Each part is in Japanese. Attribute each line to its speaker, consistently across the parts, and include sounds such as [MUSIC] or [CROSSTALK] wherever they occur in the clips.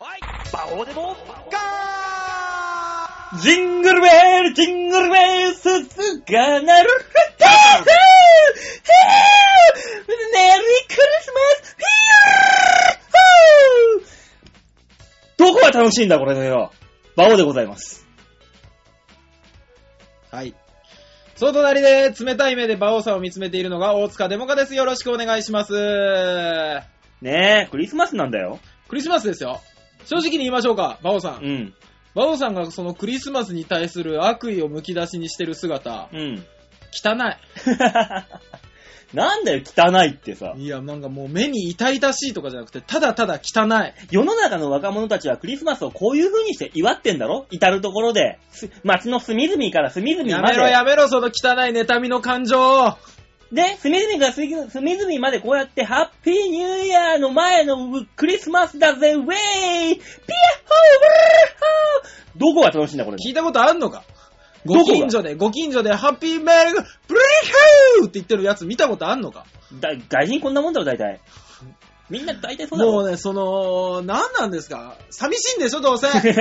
Speaker 1: バオデモガー
Speaker 2: ジングルベル、ジングルベル、すすがなるテースヘーメリークリスマスヒーヤーどこが楽しいんだ、これのよ。バオでございます。
Speaker 3: はい。その隣で、冷たい目で馬王さんを見つめているのが大塚デモカです。よろしくお願いします。
Speaker 2: ねえ、クリスマスなんだよ。
Speaker 3: クリスマスですよ。正直に言いましょうか、馬王さ。
Speaker 2: うんん。
Speaker 3: 馬王さんがそのクリスマスに対する悪意をむき出しにしてる姿、
Speaker 2: うん。 [LAUGHS]
Speaker 3: 汚
Speaker 2: なんだよ、汚いってさ。
Speaker 3: い。いや、なんかもう目に痛々しいとかじゃなくて、ただただ汚い。
Speaker 2: 世の中の若者たちはクリスマスをこういう風にして祝ってんだろ至るところで。す街の隅々から隅々
Speaker 3: や
Speaker 2: ま
Speaker 3: め
Speaker 2: で。
Speaker 3: ろやめろ、その汚い妬みの感情を。
Speaker 2: で、隅々から隅々までこうやって、ハッピーニューイヤーの前のクリスマスだぜ、ウェイピヤッホーウェイホーどこが楽しいんだ、これ。
Speaker 3: 聞いたことあんのか
Speaker 2: どこが
Speaker 3: ご近所で、ご近所で、ハッピーメール、ブレイクって言ってるやつ見たことあんのか
Speaker 2: だ外人こんなもんだろ、大体。みんな大体そうだろ。
Speaker 3: もうね、その、何なんですか寂しいんでしょ、ど
Speaker 2: [LAUGHS]
Speaker 3: うせ。一人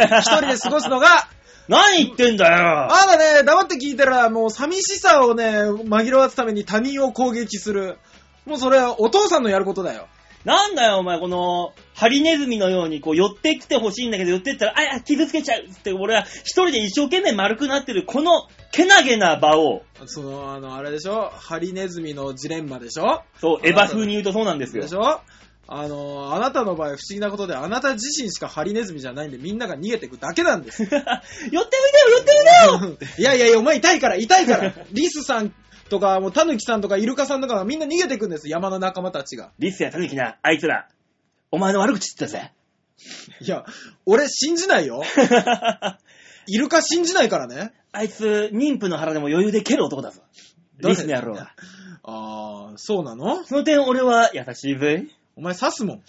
Speaker 3: で過ごすのが。
Speaker 2: 何言ってんだ
Speaker 3: あ
Speaker 2: よ
Speaker 3: なたね、黙って聞いたら、もう寂しさをね、紛らわすために他人を攻撃する。もうそれはお父さんのやることだよ。
Speaker 2: なんだよ、お前、この、ハリネズミのように、こう、寄ってきてほしいんだけど、寄ってったら、あいや、傷つけちゃうっつって、俺は一人で一生懸命丸くなってる、この、けなげな場を、
Speaker 3: その、あの、あれでしょハリネズミのジレンマでしょ
Speaker 2: そう、
Speaker 3: あ
Speaker 2: エヴァ風に言うとそうなんですよ
Speaker 3: でし。ょあの、あなたの場合不思議なことで、あなた自身しかハリネズミじゃないんで、みんなが逃げていくだけなんで
Speaker 2: [LAUGHS] [LAUGHS]
Speaker 3: す。
Speaker 2: 寄っておいでよ、寄っておいでよ
Speaker 3: いやいやいや、お前痛いから、痛いから。リスさんとか、もうタヌキさんとか、イルカさんとかがみんな逃げてくんです、山の仲間たちが。
Speaker 2: リスやタヌキな、あいつら、お前の悪口言ってたぜ。 [LAUGHS]
Speaker 3: いや、俺信じないよ。イルカ信じないからね。
Speaker 2: あいつ、妊婦の腹でも余裕で蹴る男だぞ。リスの野郎は。
Speaker 3: あー、そうなの
Speaker 2: その点俺は優しいぜ。
Speaker 3: お前刺すもん。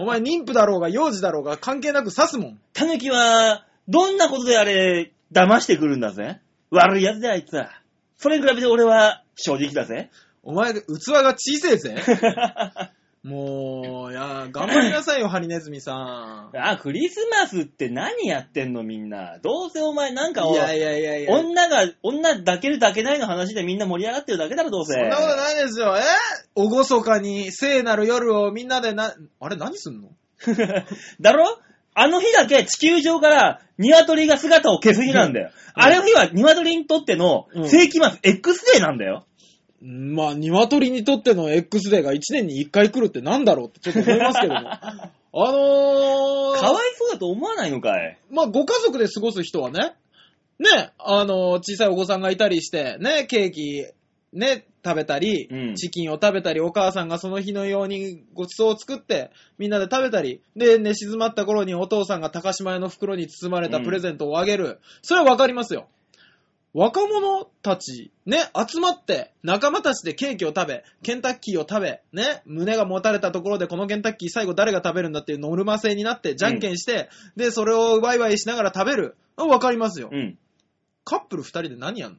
Speaker 3: お前妊婦だろうが幼児だろうが関係なく刺すもん。
Speaker 2: タヌキは、どんなことであれ、騙してくるんだぜ。悪い奴だ、あいつは。それに比べて俺は、正直だぜ。 [LAUGHS]
Speaker 3: お前、器が小せえぜ。もう、いや、頑張りなさいよ、ハリネズミさん。
Speaker 2: あ、クリスマスって何やってんのみんな。どうせお前なんかを
Speaker 3: いやいやいやいや。
Speaker 2: 女が、女抱ける抱けないの話でみんな盛り上がってるだけだろ、どうせ。
Speaker 3: そんなことないですよ。えおごそかに聖なる夜をみんなでな、あれ何すんの
Speaker 2: [LAUGHS] だろあの日だけ地球上から鶏が姿を消す日なんだよ。あれの日は鶏にとっての
Speaker 3: うん
Speaker 2: 世紀末 X デーなんだよ。
Speaker 3: まあ、鶏にとっての X デーが1年に1回来るってなんだろうってちょっと思いますけども。 [LAUGHS] あの
Speaker 2: か
Speaker 3: ー、
Speaker 2: わいそうだと思わないのかい。
Speaker 3: まあ、ご家族で過ごす人はね、ね、あのー小さいお子さんがいたりして、ね、ケーキ、ね、食べたり、
Speaker 2: うん
Speaker 3: チキンを食べたり、お母さんがその日のようにごちそうを作って、みんなで食べたり、で、寝静まった頃にお父さんが高島屋の袋に包まれたプレゼントをあげる。それはわかりますよ。若者たち、ね、集まって、仲間たちでケーキを食べ、ケンタッキーを食べ、ね、胸が持たれたところでこのケンタッキー最後誰が食べるんだっていうノルマ制になって、じゃんけんして、で、それをワイワイしながら食べる。あわかりますよ。
Speaker 2: うん。
Speaker 3: カップル二人で何やんの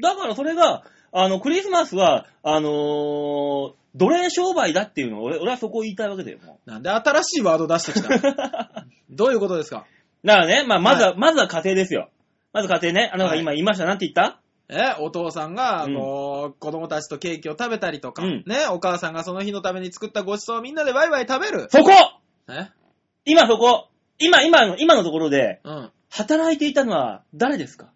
Speaker 2: だからそれが、あの、クリスマスは、あのー奴隷商売だっていうのを俺俺はそこを言いたいわけだよ。も
Speaker 3: なんで新しいワード出してき
Speaker 2: うだ [LAUGHS]
Speaker 3: た
Speaker 2: か
Speaker 3: どういうことですから
Speaker 2: ね、まあ、まずは、
Speaker 3: は
Speaker 2: まずは家庭ですよ。まず家庭ね。あなたが今言いました。なんて言った
Speaker 3: え、お父さんが、
Speaker 2: うん
Speaker 3: こう、子供たちとケーキを食べたりとか、
Speaker 2: うん
Speaker 3: ね、お母さんがその日のために作ったごちそうをみんなでワイワイ食べる。
Speaker 2: そこ
Speaker 3: え
Speaker 2: 今そこ今、今の、今のところで、
Speaker 3: うん。
Speaker 2: 働いていたのは誰ですか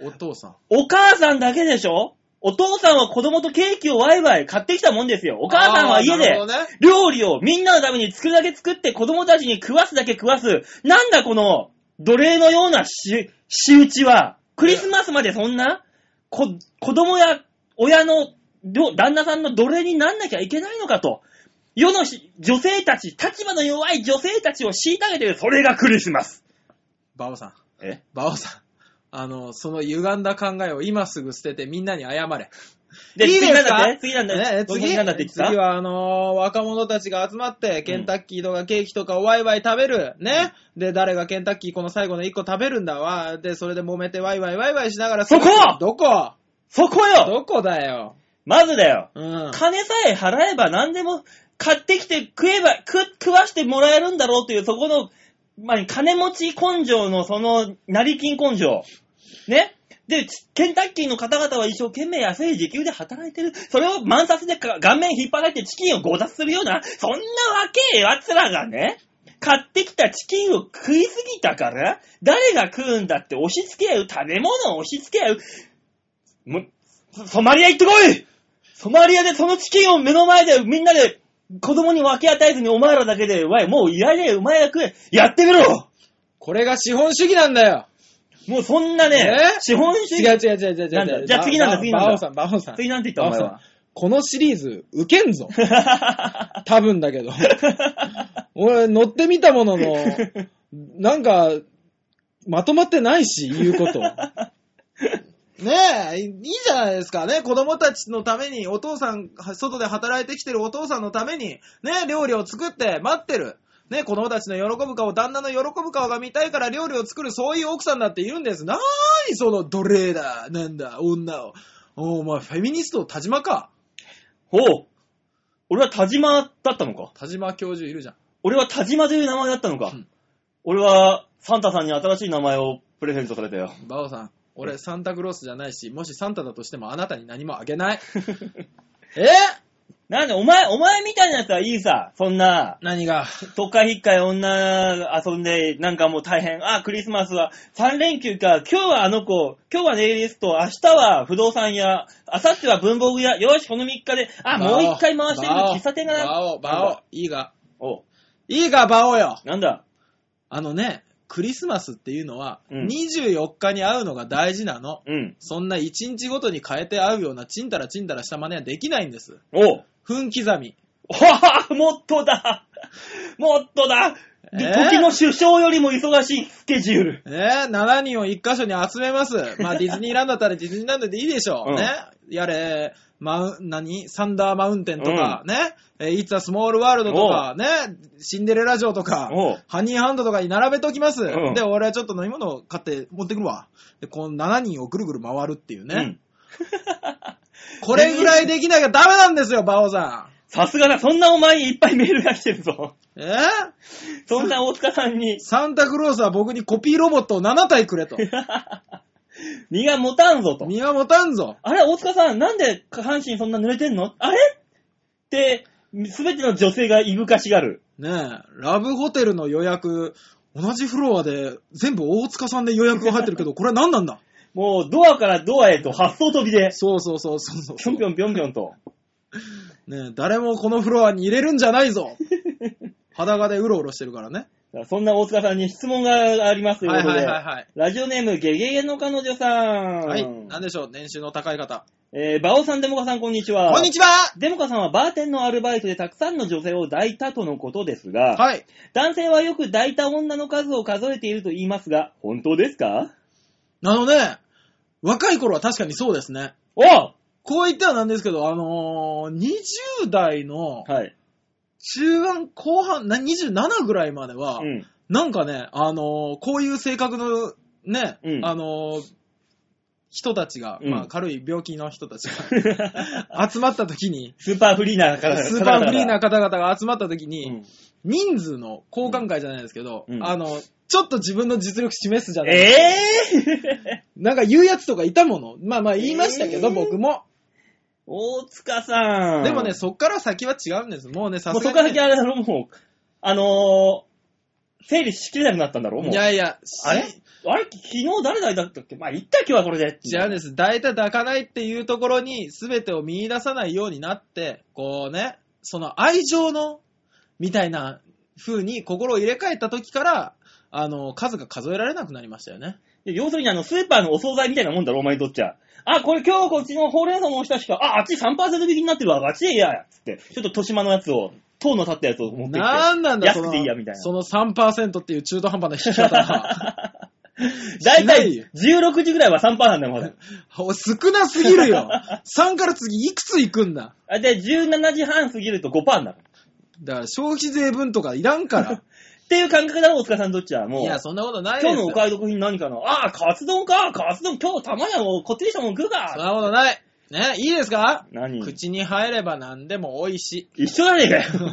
Speaker 3: お父さん。
Speaker 2: お母さんだけでしょお父さんは子供とケーキをワイワイ買ってきたもんですよ。お
Speaker 3: お
Speaker 2: 母さんは家
Speaker 3: な
Speaker 2: で
Speaker 3: るほどね。
Speaker 2: 料理をみんなのために作るだけ作って子供たちに食わすだけ食わす。なんだこの奴隷のようなし仕打ちは。クリスマスまでそんなこ子供や親の両旦那さんの奴隷になんなきゃいけないのかと。世のし女性たち、立場の弱い女性たちを虐げてる。それがクリスマス。
Speaker 3: バオさん。
Speaker 2: え
Speaker 3: バオさん。あの、その歪んだ考えを今すぐ捨ててみんなに謝れ。
Speaker 2: で、
Speaker 3: いいです
Speaker 2: 次なんだ
Speaker 3: か
Speaker 2: って次なんだ
Speaker 3: ね
Speaker 2: って
Speaker 3: え次
Speaker 2: 次なんだって言ってた
Speaker 3: 次は、あのー若者たちが集まって、ケンタッキーとかケーキとかをワイワイ食べる。ね。で、誰がケンタッキーこの最後の1個食べるんだわ。で、それで揉めてワイワイワイワイしながら。
Speaker 2: そこ
Speaker 3: どこ
Speaker 2: そこよ
Speaker 3: どこだよ。
Speaker 2: まずだよ
Speaker 3: うん。
Speaker 2: 金さえ払えば何でも買ってきて食えば、食、食わしてもらえるんだろうという、そこのまあ、金持ち根性のその、成金根性。ね。で、ちケンタッキーの方々は一生懸命安い時給で働いてる。それを満札でか顔面引っ張られてチキンを強奪するような、そんな若え奴らがね、買ってきたチキンを食いすぎたから、誰が食うんだって押し付け合う、食べ物を押し付け合う。もうソソマリア行ってこいソマリアでそのチキンを目の前でみんなで子供に分け与えずにお前らだけで、わい、もう嫌でお前が食え、やってみろ
Speaker 3: これが資本主義なんだよ。
Speaker 2: もうそんなね、
Speaker 3: え
Speaker 2: 資本主
Speaker 3: 違う
Speaker 2: 義、
Speaker 3: 違う違う違う違う。
Speaker 2: なんだじゃあ次なんだ
Speaker 3: ば
Speaker 2: 次なんだ
Speaker 3: バオさん、バオさん。
Speaker 2: 次なんて言ったお前は。
Speaker 3: このシリーズ、受け
Speaker 2: [LAUGHS]
Speaker 3: んぞ。多分だけど。俺、乗ってみたものの、なんか、まとまってないし、言う [LAUGHS] こと。ねえ、いいいじゃないですかね。子供たちのために、お父さん、は外で働いてきてるお父さんのために、ね、料理を作って待ってる。ね、子供たちの喜ぶ顔、旦那の喜ぶ顔が見たいから料理を作る、そういう奥さんだっているんです。なーにその奴隷だ、なんだ、女を。おお前、フェミニスト、田島か。
Speaker 2: [LAUGHS] おう俺は田島だったのか
Speaker 3: 田島教授いるじゃん。
Speaker 2: 俺は田島という名前だったのか、
Speaker 3: うん
Speaker 2: 俺はサンタさんに新しい名前をプレゼントされたよ。
Speaker 3: バオさん、俺サンタクロースじゃないし、もしサンタだとしてもあなたに何もあ
Speaker 2: [LAUGHS]
Speaker 3: げない。え
Speaker 2: なんで、お前、お前みたいなやつはいいさ。そんな、
Speaker 3: 何が
Speaker 2: 都会ひっかい女遊んで、なんかもう大変。あ、クリスマスは3連休か。今日はあの子、今日はネイリスト、明日は不動産屋、明後日は文房具屋。よし、この3日で、あ、もう一回回してみる
Speaker 3: バオ
Speaker 2: 喫茶店がな。
Speaker 3: バオ、
Speaker 2: なん
Speaker 3: バ
Speaker 2: だ
Speaker 3: オ、いいが。
Speaker 2: おう
Speaker 3: いいが、バオよ。
Speaker 2: なんだ
Speaker 3: あのね、クリスマスっていうのは、
Speaker 2: うん
Speaker 3: 24日に会うのが大事なの。
Speaker 2: うん。
Speaker 3: そんな1日ごとに変えて会うようなちんたらちんたらした真似はできないんです。
Speaker 2: お [LAUGHS] う
Speaker 3: 分刻み。
Speaker 2: ははもっとだもっとだ、
Speaker 3: えー
Speaker 2: 時の首相よりも忙しいスケジュール。
Speaker 3: ね、7人を1箇所に集めます。ま
Speaker 2: [LAUGHS]
Speaker 3: あ、ディズニーランドだったらディズニーランドでいいでしょう。
Speaker 2: うん
Speaker 3: ね。やれ、マウン、何サンダーマウンテンとか、ね。えー、いつはスモールワールドとか、ね。シンデレラ城とか
Speaker 2: おう、
Speaker 3: ハニーハンドとかに並べときます。
Speaker 2: うん
Speaker 3: で、俺はちょっと飲み物を買って持ってくるわ。で、この7人をぐるぐる回るっていうね。
Speaker 2: うん
Speaker 3: これぐらいできなきゃダメなんですよ、バオさ
Speaker 2: さすがだ、そんなお前にいっぱいメールが来てるぞ。
Speaker 3: ん。えー
Speaker 2: そんな大塚さん
Speaker 3: [LAUGHS]
Speaker 2: に、 [LAUGHS]
Speaker 3: サンタクロースは僕にコピーロボットを7体くれと。
Speaker 2: 身が持たんぞと。
Speaker 3: 身が持たんぞ。
Speaker 2: あれ、大塚さん、なんで下半身そんな濡れてんのあれって、すべての女性がいぶかしがる。
Speaker 3: ねえ、ラブホテルの予約、同じフロアで全部大塚さんで予約が入ってる
Speaker 2: [LAUGHS]
Speaker 3: けど、これは何なんだ
Speaker 2: もう、ドアからドアへと発想飛びで、
Speaker 3: そうそうそうそうそう
Speaker 2: ぴょんぴょんぴょんぴょんと。
Speaker 3: ねえ、誰もこのフロアに入れるんじゃな
Speaker 2: [LAUGHS]
Speaker 3: いぞ裸でうろうろしてるからね。
Speaker 2: そんな大塚さんに質問がありますという
Speaker 3: は
Speaker 2: こ
Speaker 3: い
Speaker 2: とで。
Speaker 3: はいはいはい。
Speaker 2: ラジオネーム、ゲゲゲの彼女さん。
Speaker 3: はい、なんでしょう、年収の高い方。
Speaker 2: えー、バオさん、デモカさん、こんにちは。
Speaker 3: こんにちは
Speaker 2: デモカさんはバーテンのアルバイトでたくさんの女性を抱いたとのことですが、
Speaker 3: はい。
Speaker 2: 男性はよく抱いた女の数を数えていると言いますが、本当ですか
Speaker 3: あのね、若い頃は確かにそうですね。
Speaker 2: おは
Speaker 3: こう言ってはなんですけど、あのー、20代の
Speaker 2: い。
Speaker 3: 中盤後半、な27ぐらいまでは、
Speaker 2: うん。
Speaker 3: なんかね、あのーこういう性格の、ね、
Speaker 2: うん
Speaker 3: あのー人たちが、
Speaker 2: うん
Speaker 3: まあ、軽い病気の人たちが [LAUGHS] 集まった時に、
Speaker 2: スーパーフリーな方々
Speaker 3: スーパーフリーな方々が集まった時に、
Speaker 2: うん
Speaker 3: 人数の交換会じゃないですけど、
Speaker 2: うん
Speaker 3: あの、ちょっと自分の実力示すじゃない、
Speaker 2: ええ
Speaker 3: なんか言うやつとかいたもの。まあまあ言いましたけど、
Speaker 2: えー
Speaker 3: 僕も。
Speaker 2: 大塚さん。
Speaker 3: でもね、そっから先は違うんです。もうね、さ
Speaker 2: もう
Speaker 3: す
Speaker 2: そ
Speaker 3: が
Speaker 2: こから
Speaker 3: に
Speaker 2: 先
Speaker 3: ね、
Speaker 2: あれだろ、もう、あのー、整理しきれなくなったんだろ、もう。
Speaker 3: いやいや、
Speaker 2: あれあれ昨日誰々だったっけまあ、言った今日はこれで。
Speaker 3: 違うんです。抱いた抱かないっていうところに全てを見出さないようになって、こうね、その愛情の、みたいな風に心を入れ替えた時から、あの、数が数えられなくなりましたよね。
Speaker 2: で要するにあの、スーパーのお惣菜みたいなもんだろ、お前にとっちゃ。あ、これ今日こっちのほうれん草のおひたしか、あ、あっち3%引きになってるわ、あっちでいいや、つって。ちょっと豊島のやつを、糖の立ったやつを持ってきて。
Speaker 3: なんなんだ、
Speaker 2: 安くていいや、みたい
Speaker 3: そ
Speaker 2: な。
Speaker 3: の3%っていう中途半端な引き方は。 [LAUGHS]
Speaker 2: だいた
Speaker 3: しないよ
Speaker 2: い16時ぐらいは3%なんだよ、まだ。
Speaker 3: お少なすぎるよ。3から次いくついくんだ。
Speaker 2: あで、17時半過ぎると5%になる。
Speaker 3: だから消費税分とかいらんから。
Speaker 2: っていう感覚だろ、大塚さんにとっちゃ。もう。
Speaker 3: いや、そんなことないで
Speaker 2: 今
Speaker 3: すよ。
Speaker 2: 日のお買い得品何かなああ、カツ丼かカツ丼今日たまにはこってりしたもん食う
Speaker 3: そん
Speaker 2: か
Speaker 3: なことない。ね、いいですか
Speaker 2: 何
Speaker 3: 口に入れば何でも美味しい。 [LAUGHS]
Speaker 2: 一緒だねえかよ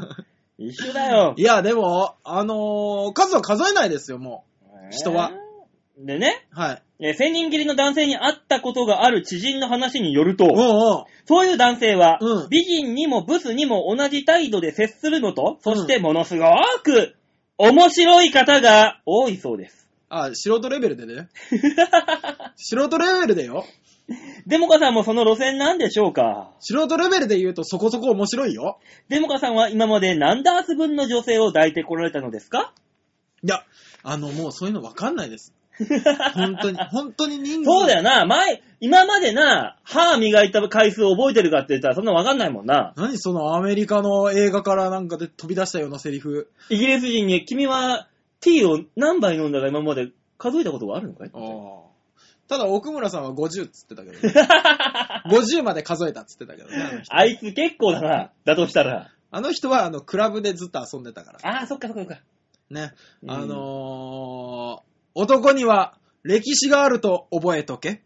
Speaker 2: 一緒だよ。
Speaker 3: いや、でも、あのー数は数えないですよ、も人は
Speaker 2: えー。でね、
Speaker 3: う。はい。
Speaker 2: えー千人切りの男性に会ったことがある知人の話による
Speaker 3: うんう
Speaker 2: と、
Speaker 3: ん。
Speaker 2: そういう男性は、
Speaker 3: うん
Speaker 2: 美人にもブスにも同じ態度で接するのと、そしてものすごく面白い方が多いそうです。
Speaker 3: あ、素人レベルで
Speaker 2: [LAUGHS]
Speaker 3: ね。素人レベルでよ。
Speaker 2: デモカさんもその路線なんでしょうか
Speaker 3: 素人レベルで言うとそこそこ面白いよ。
Speaker 2: デモカさんは今まで何ダース分の女性を抱いてこられたのですか
Speaker 3: いや、あの、もうそういうのわかんないです。本
Speaker 2: [LAUGHS]
Speaker 3: 当に、本当に人数。
Speaker 2: そうだよな、前、今までな、歯磨いた回数覚えてるかって言ったらそんなわかんないもんな。
Speaker 3: 何そのアメリカの映画からなんかで飛び出したようなセ
Speaker 2: [LAUGHS]
Speaker 3: リフ。
Speaker 2: イギリス人に、君はティーを何杯飲んだか今まで数えたことはあるのかい
Speaker 3: ああただ奥村さんは50っつってたけど、
Speaker 2: [LAUGHS]
Speaker 3: ね、50まで数えたっつってたけどね、あの人。
Speaker 2: あいつ結構だな、だとしたら。
Speaker 3: あの人はあのクラブでずっと遊んでたから。
Speaker 2: ああ、そっかそっかそっか。
Speaker 3: ね。
Speaker 2: うん
Speaker 3: あのー、男には歴史があると覚えと [LAUGHS] け。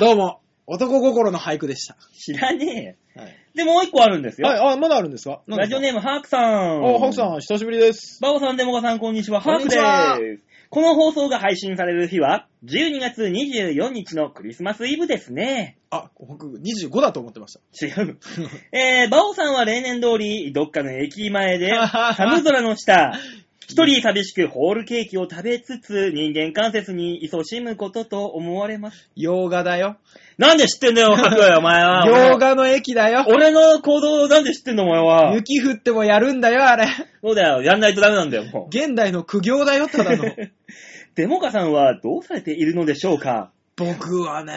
Speaker 3: どうも、男心の俳句でした。
Speaker 2: 知らねえよ
Speaker 3: はい
Speaker 2: で、もう一個あるんですよ。
Speaker 3: はい、あ、まだあるんですか
Speaker 2: ラジオネーム、ハークさん。
Speaker 3: お、ハクさ。ん、久しぶりです。
Speaker 2: バオさん、デモカさん、こんにちは。ハー
Speaker 3: こん
Speaker 2: ク
Speaker 3: に
Speaker 2: で
Speaker 3: ちは
Speaker 2: す。この放送が配信される日は、12月24日のクリスマスイブですね。
Speaker 3: あ、僕25だと思ってました。
Speaker 2: 違 [LAUGHS] う。えー、バオさんは例年通り、どっかの駅前 [LAUGHS] で、寒空の下、一人寂しくホールケーキを食べつつ、人間関節に勤しむことと思われます。
Speaker 3: [LAUGHS] 洋画だよ。
Speaker 2: [LAUGHS] なんで知ってんだよ、かく [LAUGHS] よ、お前は。
Speaker 3: 洋画の駅だよ。
Speaker 2: 俺の行動をなんで知ってんの、お前は。
Speaker 3: 雪降ってもやるんだよ、あれ。
Speaker 2: そうだよ、やんないとダメなんだよ、もう。
Speaker 3: 現代の苦行だよ、ただ [LAUGHS] の。
Speaker 2: デモカさんはどうされているのでしょうか
Speaker 3: 僕はね、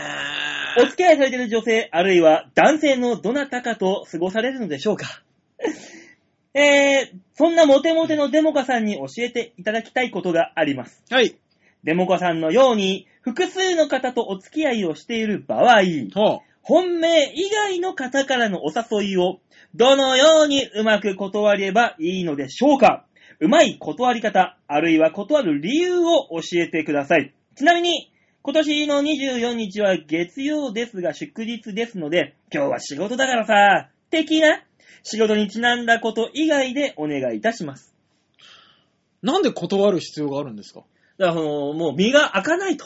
Speaker 2: お付き合いされている女性、あるいは男性のどなたかと過ごされるのでしょうか [LAUGHS] えー、そんなモテモテのデモカさんに教えていただきたいことがあります。
Speaker 3: はい。
Speaker 2: デモカさんのように、複数の方とお付き合いをしている場合、
Speaker 3: ほう。
Speaker 2: 本命以外の方からのお誘いを、どのようにうまく断ればいいのでしょうかうまい断り方、あるいは断る理由を教えてください。ちなみに、今年の24日は月曜ですが祝日ですので、今日は仕事だからさ、的な仕事にちなんだこと以外でお願いいたします。
Speaker 3: なんで断る必要があるんですか
Speaker 2: だからその、もう身が開かないと。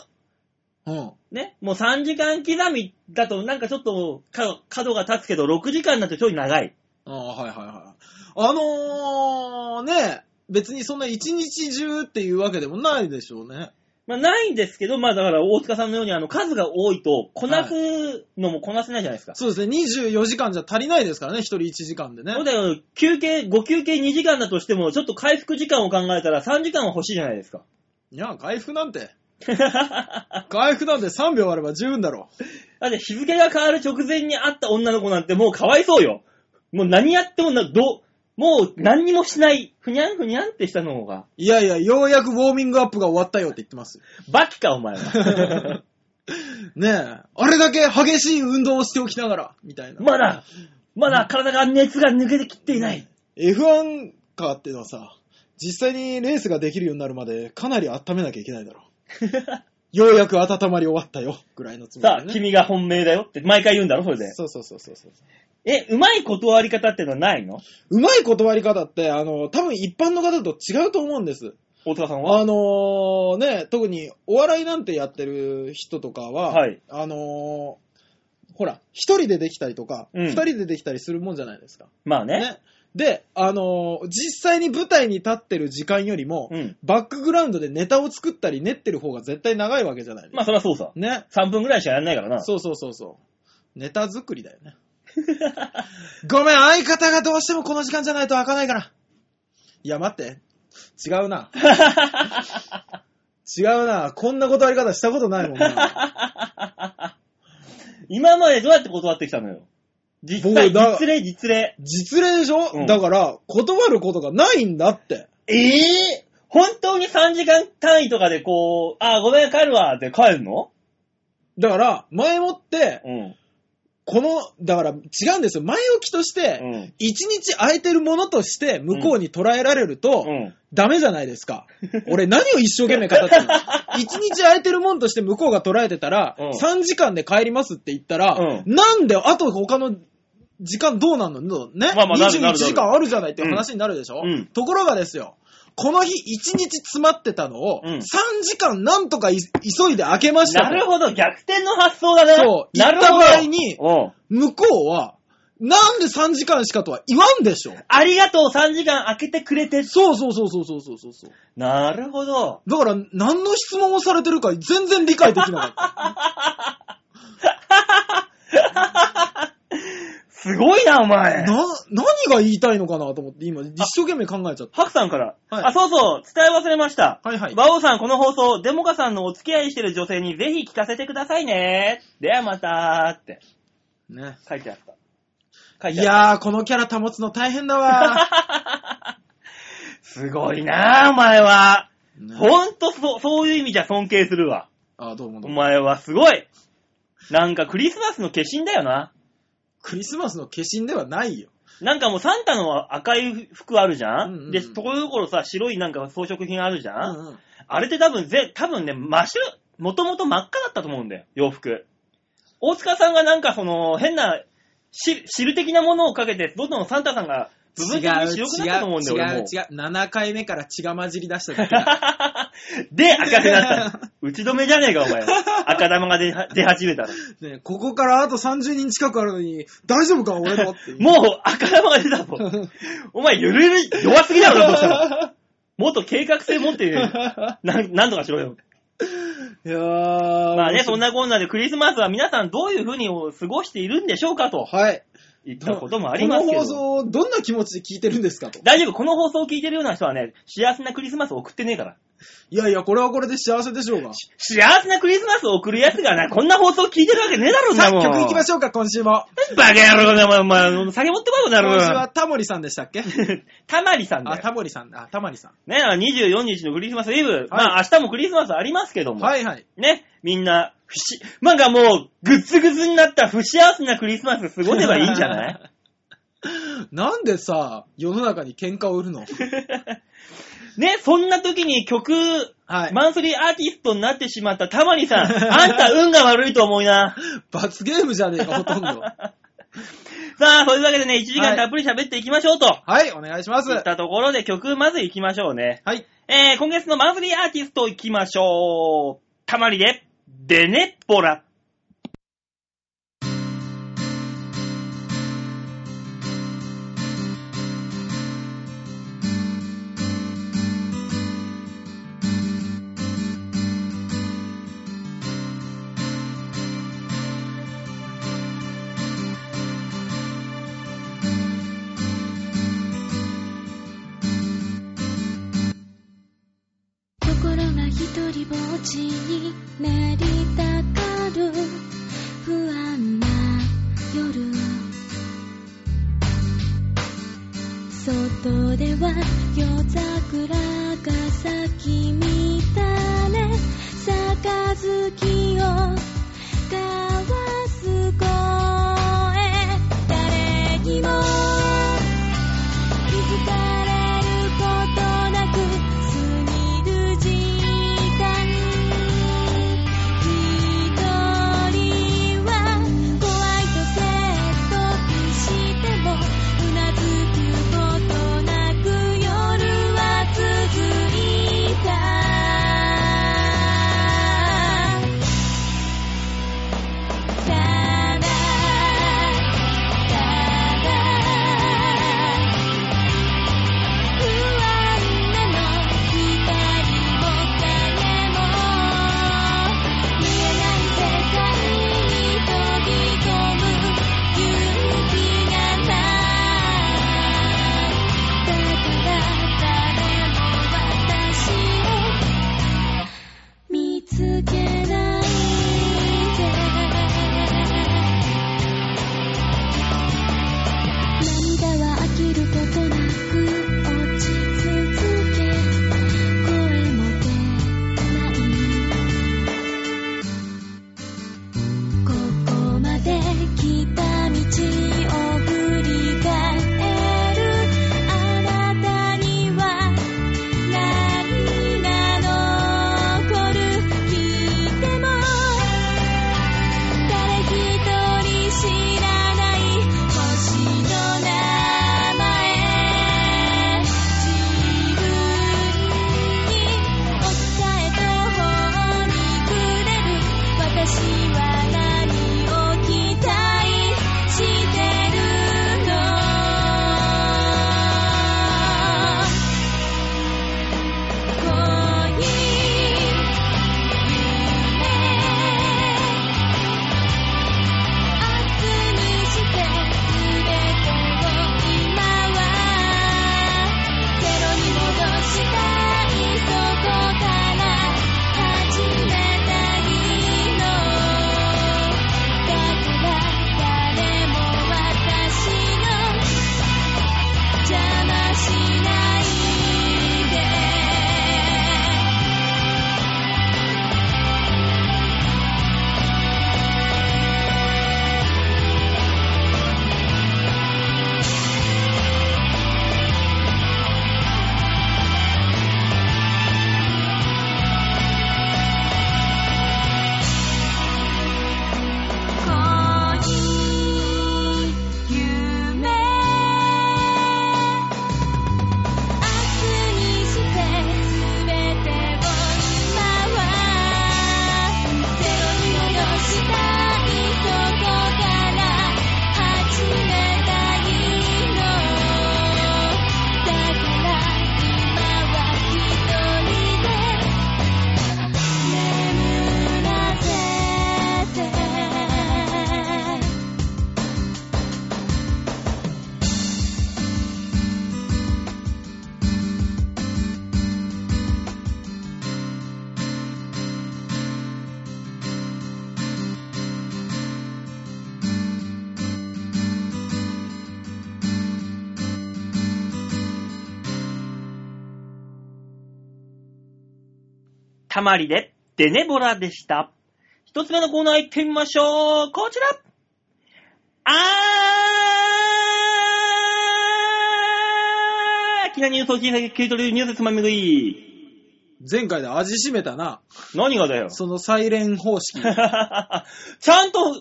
Speaker 3: うん。
Speaker 2: ね。もう3時間刻みだとなんかちょっと角角が立つけど、6時間だとちょい長い。
Speaker 3: ああ、はいはいはい。あのー、ね、別にそんな一日中っていうわけでもないでしょうね。
Speaker 2: まあ、ないんですけど、まあ、だから、大塚さんのように、あの、数が多いと、こなすのもこなせないじゃないですか。
Speaker 3: そうですね、24時間じゃ足りないですからね、一人1時間でね
Speaker 2: そう。だよ、休憩、ご休憩2時間だとしても、ちょっと回復時間を考えたら3時間は欲しいじゃないですか。 [LAUGHS]
Speaker 3: いや、回復なんて。回復なんて3秒あれば十分だろ
Speaker 2: だって日付が変わる直前に会った女の子なんてもうかわいそうよ。もう何やってもな、ど、もう何にもしない、ふにゃんふにゃんってしたのが、
Speaker 3: う。いやいや、ようやくウォーミングアップが終わったよって言ってますよ。
Speaker 2: バキか、お前 [LAUGHS] は。
Speaker 3: ねえ、あれだけ激しい運動をしておきながら、みたいな。
Speaker 2: まだ、まだ体が熱が抜けてきっていない。
Speaker 3: F1 カーってのはさ、実際にレースができるようになるまでかなり温めなきゃいけないだろ
Speaker 2: [LAUGHS]
Speaker 3: う。ようやく温まり終わったよ、ぐらいのつも
Speaker 2: さあ、
Speaker 3: りで、ね。
Speaker 2: 君が本命だよって毎回言うんだろ、それで。
Speaker 3: そうそうそうそうそう。
Speaker 2: え、うまい断り方ってのはないの
Speaker 3: うまい断り方って、あの、多分一般の方と違うと思うんです。
Speaker 2: 大塚さんは
Speaker 3: あのーね、特にお笑いなんてやってる人とかは、
Speaker 2: はい
Speaker 3: あのーほら、一人でできたりとか、
Speaker 2: う
Speaker 3: 二、
Speaker 2: ん
Speaker 3: 人でできたりするもんじゃないですか。
Speaker 2: まあね。
Speaker 3: ね。で、あのー実際に舞台に立ってる時間よりも、
Speaker 2: うん。
Speaker 3: バックグラウンドでネタを作ったり練ってる方が絶対長いわけじゃないですか。
Speaker 2: まあそりゃそうさ。
Speaker 3: ね。
Speaker 2: 3分ぐらいしかやんないからな。
Speaker 3: そうそうそうそう。ネタ作りだよ
Speaker 2: [LAUGHS]
Speaker 3: ね。ごめん、相方がどうしてもこの時間じゃないと開かないから。いや、待って。違
Speaker 2: [LAUGHS]
Speaker 3: うな。違うな。こんな断り方したことないもんな。
Speaker 2: 今までどうやって断ってきたのよ。実際、
Speaker 3: 僕だ
Speaker 2: 実例、実例。
Speaker 3: 実例でしょ、
Speaker 2: うん
Speaker 3: だから、断ることがないんだって。
Speaker 2: ええ本当に3時間単位とかでこう、あー、ごめん、帰るわって帰るの
Speaker 3: だから、前もって、
Speaker 2: うん。
Speaker 3: この、だから違うんですよ。前置きとして、
Speaker 2: うん。
Speaker 3: 一日空いてるものとして向こうに捉えられると、
Speaker 2: うん。
Speaker 3: ダメじゃないですか。俺何を一生懸命語ってるの
Speaker 2: [LAUGHS]
Speaker 3: 一日空いてるもんとして向こうが捉えてたら、
Speaker 2: うん
Speaker 3: 3時間で帰りますって言ったら、
Speaker 2: う
Speaker 3: なんであと他の時間どうなんのね、
Speaker 2: まあまあなるなるなる
Speaker 3: 21時間あるじゃないっていう話になるでしょ、
Speaker 2: うん
Speaker 3: ところがですよ、この日1日詰まってたのを、
Speaker 2: うん
Speaker 3: 3時間なんとかい急いで開けましたと
Speaker 2: なるほど、逆転の発想だね。
Speaker 3: そう
Speaker 2: なるほど。
Speaker 3: 行った場合に
Speaker 2: おう
Speaker 3: 向こうは、なんで3時間しかとは言わんでしょ
Speaker 2: ありがとう、3時間開けてくれて。
Speaker 3: そうそうそうそうそうそうそうそう。
Speaker 2: なるほど。
Speaker 3: だから、何の質問をされてるか全然理解できなかっ
Speaker 2: すごいな、お
Speaker 3: た。
Speaker 2: 前。
Speaker 3: [LAUGHS] な、何が言いたいのかなと思って、今、一生懸命考えちゃっ
Speaker 2: ハクさんから、
Speaker 3: はい
Speaker 2: あ、そうそう、伝え忘れました。
Speaker 3: た。はいはい。
Speaker 2: 馬王さん、この放送、デモカさんのお付き合いしてる女性にぜひ聞かせてくださいね。ではまたーって
Speaker 3: ね。
Speaker 2: 書いてあった。書い
Speaker 3: い
Speaker 2: てあっ
Speaker 3: やー、このキャラ保つの大変だわ
Speaker 2: [LAUGHS] た。すごいなー、お前は。
Speaker 3: ー。ね
Speaker 2: ほんと、そう、そういう意味じゃ尊敬するわ。
Speaker 3: あ、どうもど
Speaker 2: お
Speaker 3: うも。
Speaker 2: 前はすごい。なんかクリスマスの化身だよな。
Speaker 3: クリスマスの化身ではないよ。
Speaker 2: なんかもうサンタの赤い服あるじゃん、
Speaker 3: うんうんうん
Speaker 2: で、ところどころさ、白いなんか装飾品あるじゃ、
Speaker 3: うんん
Speaker 2: あれって多分ぜ、多分ね、真っ白、もともと真っ赤だったと思うんだよ、洋服。大塚さんがなんかその、変な、し汁的なものをかけて、どんどんサンタさんが
Speaker 3: 違
Speaker 2: 部
Speaker 3: う
Speaker 2: 分的に
Speaker 3: 違
Speaker 2: 白くなったと思うんだよ、
Speaker 3: う違
Speaker 2: 俺
Speaker 3: う違う
Speaker 2: も。 [LAUGHS]
Speaker 3: 7回目から血が混じり出しただけだ
Speaker 2: で、赤くなっ
Speaker 3: [LAUGHS]
Speaker 2: た。打ち止めじゃねえか、お前。赤玉が出は出始めたら。
Speaker 3: ねここからあと30人近くあるのに、大丈夫か俺のっていう。
Speaker 2: もう赤玉が出たぞ。お前、ゆるゆる、 [LAUGHS] 弱すぎだろ、だとしたら。
Speaker 3: [LAUGHS]
Speaker 2: もっと計画性持って、なんなんとかしろよ。
Speaker 3: いやー。
Speaker 2: まあね、そん。なこんなでクリスマスは皆さんどういう風にお過ごしているんでしょうかと
Speaker 3: はい。
Speaker 2: 言ったこともありますけ
Speaker 3: この
Speaker 2: ど。
Speaker 3: 放送をどんな気持ちで聞いてるんですかと。
Speaker 2: 大丈夫、この放送を聞いてるような人はね、幸せなクリスマスを送ってねえから。
Speaker 3: いやいや、これはこれで幸せでしょうが。
Speaker 2: 幸せなクリスマスを送るやつ
Speaker 3: [LAUGHS]
Speaker 2: がな、こんな放送を聞いてるわけねえだろ、
Speaker 3: さあ、
Speaker 2: もう。
Speaker 3: 曲いきましょうか、今週も。
Speaker 2: バカ野郎だ、お前、お前、酒持ってこいよ、な
Speaker 3: 今週は
Speaker 2: る。
Speaker 3: タモリさんでしたっけ
Speaker 2: たまりさんだ
Speaker 3: あ、
Speaker 2: よ。
Speaker 3: タモリさん、あ、タマリさん。
Speaker 2: ね、24日のクリスマスイブ、まあ明日もクリスマスありますけども。
Speaker 3: はいはい。
Speaker 2: ね、みんな、不し、なんかもう、ぐっつぐつになった不幸せなクリスマス過ごせばいいんじゃない
Speaker 3: [LAUGHS] なんでさ、世の中に喧嘩を売るの
Speaker 2: ね、そんな時に曲、
Speaker 3: はい。
Speaker 2: マンスリーアーティストになってしまったたまり
Speaker 3: [LAUGHS]
Speaker 2: さん、あんた運が悪いと思いな。
Speaker 3: 罰ゲームじゃねえか、ほとん
Speaker 2: [LAUGHS]
Speaker 3: ど。
Speaker 2: さあ、そういうわけでね、1時間たっぷり喋っていきましょうと。
Speaker 3: はい、お願いしま
Speaker 2: い、っ
Speaker 3: す。
Speaker 2: たところで曲、まずいきましょうね。
Speaker 3: はい。
Speaker 2: えー、今月のマンスリーアーティストいきましょう。たまりで、デネッポラ。
Speaker 4: 心が一人ぼっちになりたがる不安な夜外では夜桜が咲き乱れ杯を交わす声誰にも気づかれることなく過ぎる時間一人は怖いと説得してもうなずくことなく夜は続いたただただ不安なの光も影も見えない世界に飛び込む勇気がないだから誰も私を見つけないで涙は飽きることなく落ち続け声も出ないここまで来た道を振り返るあなたには何が残る聞いても誰一人知らない星
Speaker 2: たまりで、デネボラでした。一つ目のコーナー行ってみましょう。こちらあーきなニュースを小さく切り取るニュースつまみ食い。
Speaker 3: 前回で味しめたな。
Speaker 2: 何がだよ。
Speaker 3: そのサイレン方
Speaker 2: [LAUGHS]
Speaker 3: 式。
Speaker 2: ちゃんと、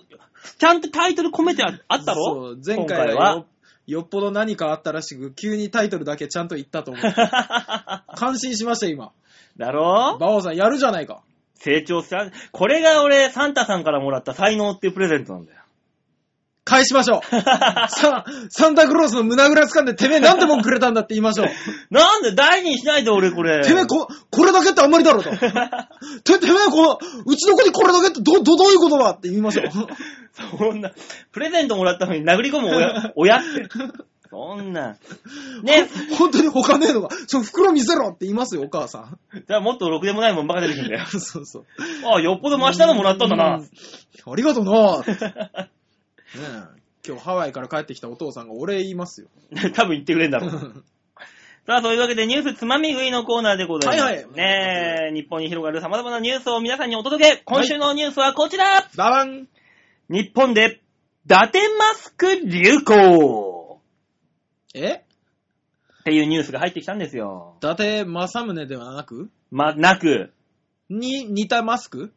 Speaker 2: ちゃんとタイトル込めてああった
Speaker 3: そ
Speaker 2: ろ
Speaker 3: う、前回はよよっぽど何かあったらしく、急にタイトルだけちゃんと言ったと
Speaker 2: [LAUGHS]
Speaker 3: 思う。
Speaker 2: 今回は
Speaker 3: 感心しました、今。
Speaker 2: だろ
Speaker 3: バオさん、やるじゃないか。
Speaker 2: 成長した。これが俺、サンタさんからもらった才能っていうプレゼントなんだよ。 [LAUGHS]
Speaker 3: 返しましょう。さ、サンタクロースの胸ぐら掴んで、てめえなんでもくれたんだって言いましょう。
Speaker 2: なんで大事にしないで俺これ。
Speaker 3: てめえこ、これだけってあんまりだろうと。て、てめえこの、うちの子にこれだけってど、ど、どういうことだって言いましょ
Speaker 2: [LAUGHS]
Speaker 3: う。
Speaker 2: [LAUGHS] そんな、プレゼントもらったのに殴り込む
Speaker 3: [LAUGHS]
Speaker 2: 親、親って。そんな。ね、
Speaker 3: 本当に他ねえのが、その袋見せろって言いますよ、お母さん。
Speaker 2: だからもっとろくでもないもんばか出てくるんだよ。
Speaker 3: そうそう。
Speaker 2: ああ、よっぽど真下のもらったんだ
Speaker 3: う
Speaker 2: な。
Speaker 3: んありがとうな。ねえ今日ハワイから帰ってきたお父さんがお礼言いますよ。
Speaker 2: [LAUGHS] 多分言ってくれんだろう。さあ、そういうわけでニュースつまみ食いのコーナーでございます。
Speaker 3: はいはい
Speaker 2: ねえ、日本に広がる様々なニュースを皆さんにお届け。今週のニュースはこちら、
Speaker 3: ババン
Speaker 2: 日本で、伊達マスク流行
Speaker 3: え
Speaker 2: っていうニュースが入ってきたんですよ
Speaker 3: 伊。達政宗ではなく
Speaker 2: ま、なく。
Speaker 3: に似たマスク、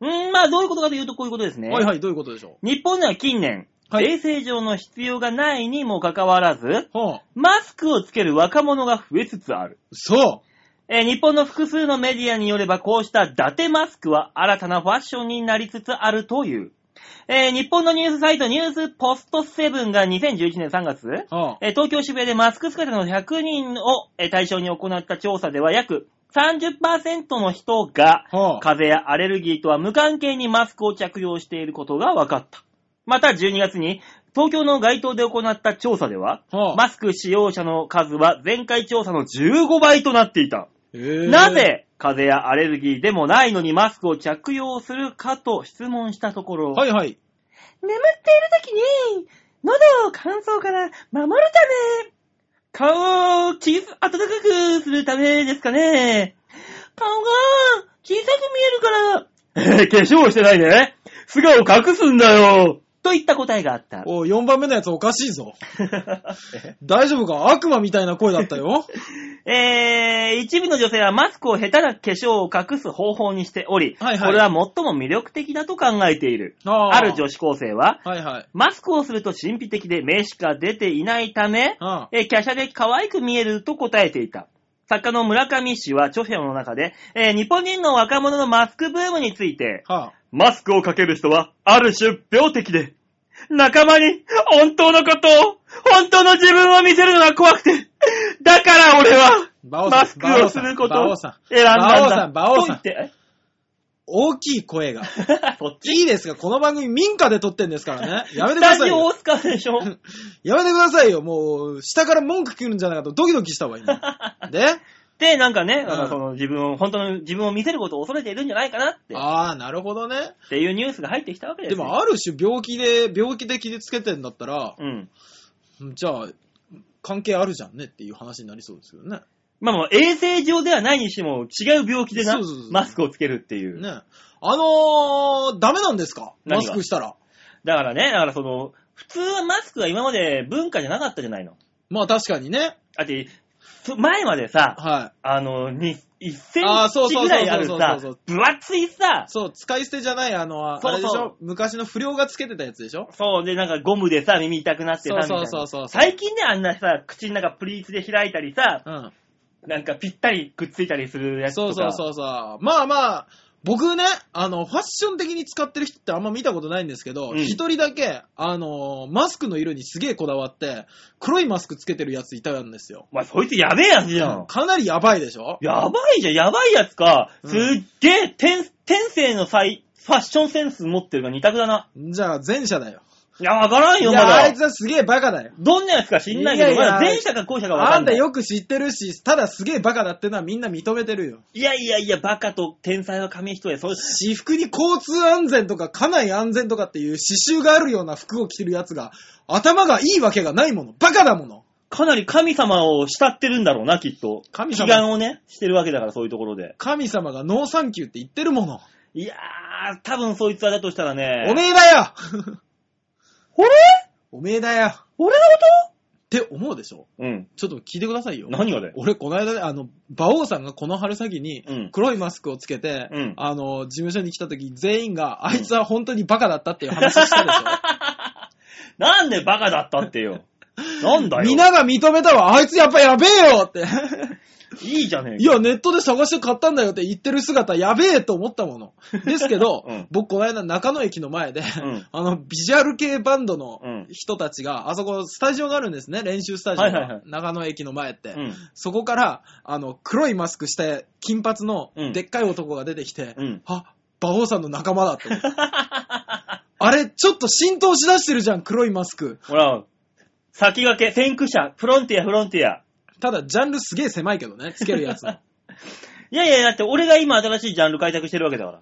Speaker 2: うん、まあ、どういうことかというとこういうことですね。
Speaker 3: はいはい、どういうことでしょ
Speaker 2: 日本では近年、
Speaker 3: はい
Speaker 2: 衛生上の必要がないにもかかわらず、
Speaker 3: うはあ、
Speaker 2: マスクをつける若者が増えつつある。
Speaker 3: そ
Speaker 2: えー日本の複数のメディアによれば、こうした伊達マスクは新たなファッションになりつつあるという。えー日本のニュースサイトニュースポストセブンが2011年3月、
Speaker 3: うはあ、
Speaker 2: えー東京渋谷でマスク姿の100人をえー対象に行った調査では約30%の人が
Speaker 3: はあ
Speaker 2: 風邪やアレルギーとは無関係にマスクを着用していることが分かった。また12月に東京の街頭で行った調査では、
Speaker 3: はあ
Speaker 2: マスク使用者の数は前回調査の15倍となっていた。
Speaker 3: えー
Speaker 2: なぜ風邪やアレルギーでもないのにマスクを着用するかと質問したところ、
Speaker 3: はいはい。
Speaker 2: 眠っている時に、喉を乾燥から守るため、顔を小さ、暖かくするためですかね。顔が小さく見えるから。 [LAUGHS] えー、化粧をしてないね。素顔隠すんだよ。といった答えがあった。
Speaker 3: お4番目のやつおかしいぞ。大丈夫か悪魔みたいな声だったよ。
Speaker 2: えー、一部の女性はマスクを下手な化粧を隠す方法にしており、
Speaker 3: はいはい
Speaker 2: これは最も魅力的だと考えている。
Speaker 3: あー
Speaker 2: ある女子高生は、
Speaker 3: はいはい。
Speaker 2: マスクをすると神秘的で名しか出ていないため、
Speaker 3: はあ、
Speaker 2: えー、華奢で可愛く見えると答えていた。作家の村上氏は著書の中で、えー日本人の若者のマスクブームについて、
Speaker 3: はあ、
Speaker 2: マスクをかける人はある種病的で、仲間に本当のことを、本当の自分を見せるのが怖くて、だから俺は、
Speaker 3: バオさん
Speaker 2: マスクをすること
Speaker 3: バ
Speaker 2: を
Speaker 3: オさん
Speaker 2: 選んだんだ。
Speaker 3: バオさんバオさん
Speaker 2: と言って
Speaker 3: 大きい声が。
Speaker 2: え [LAUGHS] そっち
Speaker 3: いいですかこの番組民家で撮ってんで
Speaker 2: [LAUGHS]
Speaker 3: すからね。やめて
Speaker 2: ス
Speaker 3: くだ
Speaker 2: タ
Speaker 3: さい
Speaker 2: ジオ
Speaker 3: よ。
Speaker 2: 大塚でしょ
Speaker 3: やめてくださいよ。もう、下から文句来るんじゃないかとドキドキしたわ、今。
Speaker 2: [LAUGHS]
Speaker 3: で
Speaker 2: で、なんかね、
Speaker 3: ん
Speaker 2: なんかその自分を、本当の自分を見せることを恐れているんじゃないかなって、っ
Speaker 3: ああ、なるほどね。
Speaker 2: ていうニュースが入ってきたわけです
Speaker 3: で
Speaker 2: よ。
Speaker 3: も、ある種病気で、病気で傷つけてんだったら、
Speaker 2: うん。
Speaker 3: じゃあ、関係あるじゃんねっていう話になりそうですよね。
Speaker 2: まあまあ、衛生上ではないにしても、違う病気でな
Speaker 3: そうそうそう、
Speaker 2: マスクをつけるっていう。
Speaker 3: ね。あのー、ダメなんですか
Speaker 2: 何
Speaker 3: マ
Speaker 2: が
Speaker 3: スクしたら。
Speaker 2: だからね、だからその、普通はマスクが今まで文化じゃなかったじゃないの。
Speaker 3: まあ確かにね。
Speaker 2: だって、ふ前までさ、
Speaker 3: はい。
Speaker 2: あの、に1セ
Speaker 3: あーそ
Speaker 2: ン
Speaker 3: う
Speaker 2: チ
Speaker 3: そうそうそうそう
Speaker 2: ぐらいあるさ
Speaker 3: そうそう、
Speaker 2: 分厚いさ、
Speaker 3: そう、使い捨てじゃない、あの、あ
Speaker 2: そうそう
Speaker 3: あれでしょ昔の不良がつけてたやつでしょ
Speaker 2: そうで、なんかゴムでさ、耳痛くなってさ、みたいな
Speaker 3: そうそうそうそう
Speaker 2: 最近ね、あんなさ、口の中プリーツで開いたりさ、
Speaker 3: うん。
Speaker 2: なんかぴったりくっついたりするやつと
Speaker 3: そう
Speaker 2: か。
Speaker 3: そうそうそう。まあまあ、僕ね、あの、ファッション的に使ってる人ってあんま見たことないんですけ
Speaker 2: う
Speaker 3: ど、
Speaker 2: ん
Speaker 3: 一、人だけ、あの、マスクの色にすげえこだわって、黒いマスクつけてるやついたんですよ。
Speaker 2: お前、そいつやべえやつじゃん。
Speaker 3: かなりやばいでしょ
Speaker 2: やばいじゃん、やばいやつか。すっげえ、天、天性のサイファッションセンス持ってるが二択だな。
Speaker 3: じゃあ、前者だよ。
Speaker 2: いや、わからん
Speaker 3: い
Speaker 2: よ、ま
Speaker 3: や、あいつ
Speaker 2: だ。
Speaker 3: はすげえバカだよ。
Speaker 2: どんなやつか知んないけど、
Speaker 3: いやいや
Speaker 2: まだ前者か後者かわか
Speaker 3: あ
Speaker 2: ん
Speaker 3: ん
Speaker 2: な
Speaker 3: た
Speaker 2: い。
Speaker 3: よく知ってるし、ただすげえバカだってのはみんな認めてるよ。
Speaker 2: いやいやいや、バカと天才は紙一重。そう
Speaker 3: 私服に交通安全とか家内安全とかっていう刺繍があるような服を着てるやつが頭がいいわけがないもの。バカだもの。
Speaker 2: かなり神様を慕ってるんだろうな、きっと。
Speaker 3: 神
Speaker 2: 祈
Speaker 3: 様
Speaker 2: 願をね、してるわけだから、そういうところで。
Speaker 3: 神様がノーサンキューって言ってるもの。
Speaker 2: いやー、多分そいつはだとしたらね、
Speaker 3: おめえだ
Speaker 2: [LAUGHS]
Speaker 3: よ
Speaker 2: 俺
Speaker 3: おめえだよっ
Speaker 2: 俺
Speaker 3: て思うでしょ
Speaker 2: のことうん。
Speaker 3: ちょっと聞いてくださいよ。
Speaker 2: 何がだよ。
Speaker 3: 俺、この間ね、あの、馬王さんがこの春先に
Speaker 2: うん、
Speaker 3: 黒いマスクをつけて、
Speaker 2: うん
Speaker 3: あの、事務所に来た時、全員が、あいつは本当にバカだったっていう話し
Speaker 2: [LAUGHS]
Speaker 3: たでし
Speaker 2: なんでバカだったってよ。なんだ
Speaker 3: ょ。
Speaker 2: よ。
Speaker 3: 皆が認めたわ、あいつやっぱやべえよって。
Speaker 2: いいじゃねえ
Speaker 3: いや、ネットで探して買ったんだよって言ってる姿、やべえと思ったもの。ですけど、
Speaker 2: [LAUGHS] うん
Speaker 3: 僕、この間中野駅の前で、
Speaker 2: ん
Speaker 3: [LAUGHS] あの、ビジュアル系バンドの
Speaker 2: うん
Speaker 3: 人たちが、あそこ、スタジオがあるんですね、練習スタジオが。
Speaker 2: はいはいはい
Speaker 3: 中野駅の前って。
Speaker 2: か。うん。
Speaker 3: そこから、あの、黒いマスクして、金髪の
Speaker 2: うん、
Speaker 3: でっかい男が出てきて、
Speaker 2: うん
Speaker 3: あ、馬王さんの仲間だって思った。 [LAUGHS] あれ、ちょっと浸透しだしてるじゃん、黒いマスク。
Speaker 2: ほら、先駆け、先駆者、フロンティア、フロンティア。
Speaker 3: ただ、ジャンルすげえ狭いけどね、つける
Speaker 2: [LAUGHS]
Speaker 3: やつも。
Speaker 2: いやいや、だって俺が今新しいジャンル開拓してるわけだから。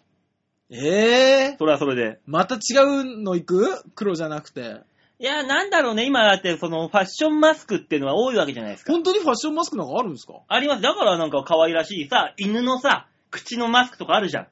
Speaker 3: えー、
Speaker 2: それはそれで。
Speaker 3: また違うの行く黒じゃなくて。
Speaker 2: いや、なんだろうね、今だってそのファッションマスクっていうのは多いわけじゃないですか。
Speaker 3: 本当にファッションマスクなんかあるんですか
Speaker 2: あります。だからなんか可愛らしいさ、犬のさ、口のマスクとかあるじゃん。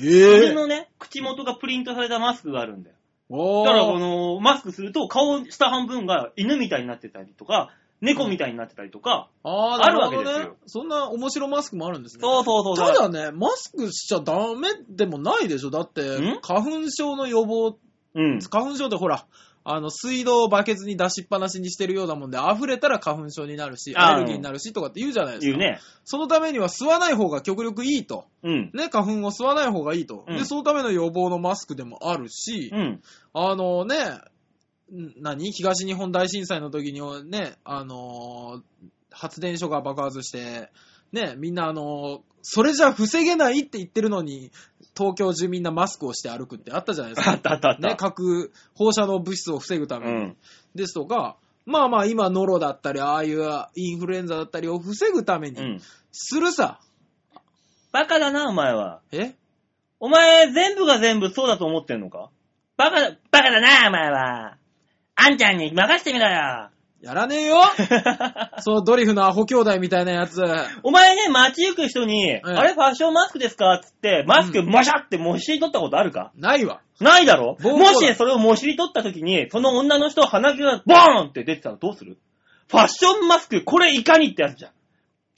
Speaker 3: え
Speaker 2: 犬のね、口元がプリントされたマスクがあるんだよ。
Speaker 3: お
Speaker 2: だからこ
Speaker 3: ー
Speaker 2: の、マスクすると顔下半分が犬みたいになってたりとか、猫みたいになってたりとか、
Speaker 3: あー
Speaker 2: あ
Speaker 3: な
Speaker 2: る
Speaker 3: る
Speaker 2: わ
Speaker 3: ほ
Speaker 2: け
Speaker 3: ど
Speaker 2: ですよ
Speaker 3: ね。そんな面白マスクもあるんですね。
Speaker 2: そうそうそう。
Speaker 3: ただね、マスクしちゃダメでもないでしょ。だって
Speaker 2: ん、
Speaker 3: 花粉症の予防、
Speaker 2: うん。
Speaker 3: 花粉症ってほら、あの、水道をバケツに出しっぱなしにしてるようなもんで、溢れたら花粉症になるし、
Speaker 2: あー
Speaker 3: アレルギーになるしとかって言うじゃないです
Speaker 2: 言う
Speaker 3: か。
Speaker 2: ね。
Speaker 3: そのためには吸わない方が極力いいと。
Speaker 2: うん。
Speaker 3: ね、花粉を吸わない方がいいと。
Speaker 2: うん
Speaker 3: で、そのための予防のマスクでもあるし、
Speaker 2: うん。
Speaker 3: あのね、ん何東日本大震災の時にね、あのー発電所が爆発して、ね、みんなあのーそれじゃ防げないって言ってるのに、東京中みんなマスクをして歩くってあったじゃないです
Speaker 2: あ
Speaker 3: か。
Speaker 2: ったあったあった。
Speaker 3: ね、核放射能物質を防ぐた
Speaker 2: う
Speaker 3: めに。
Speaker 2: ん。
Speaker 3: ですとか、まあまあ今、ノロだったり、ああいうインフルエンザだったりを防ぐため
Speaker 2: う
Speaker 3: に、
Speaker 2: ん。
Speaker 3: するさ、
Speaker 2: バカだな、お前は。
Speaker 3: え
Speaker 2: お前、全部が全部そうだと思ってんのかバカだ、バカだな、お前は。あんちゃんに任してみろ [LAUGHS] よ。
Speaker 3: やらねえよそのドリフのアホ兄弟みたいなやつ。
Speaker 2: お前ね、街行く人に、
Speaker 3: ん
Speaker 2: あれファッションマスクですかつって、マスクもしゃってもしり取ったことあるか、
Speaker 3: ないわ。
Speaker 2: ないだろ
Speaker 3: 暴行
Speaker 2: も
Speaker 3: だ
Speaker 2: しそれをもしり取った時に、その女の人鼻毛がボーンって出てたらどうするファッションマスク、これいかにってやつじゃん。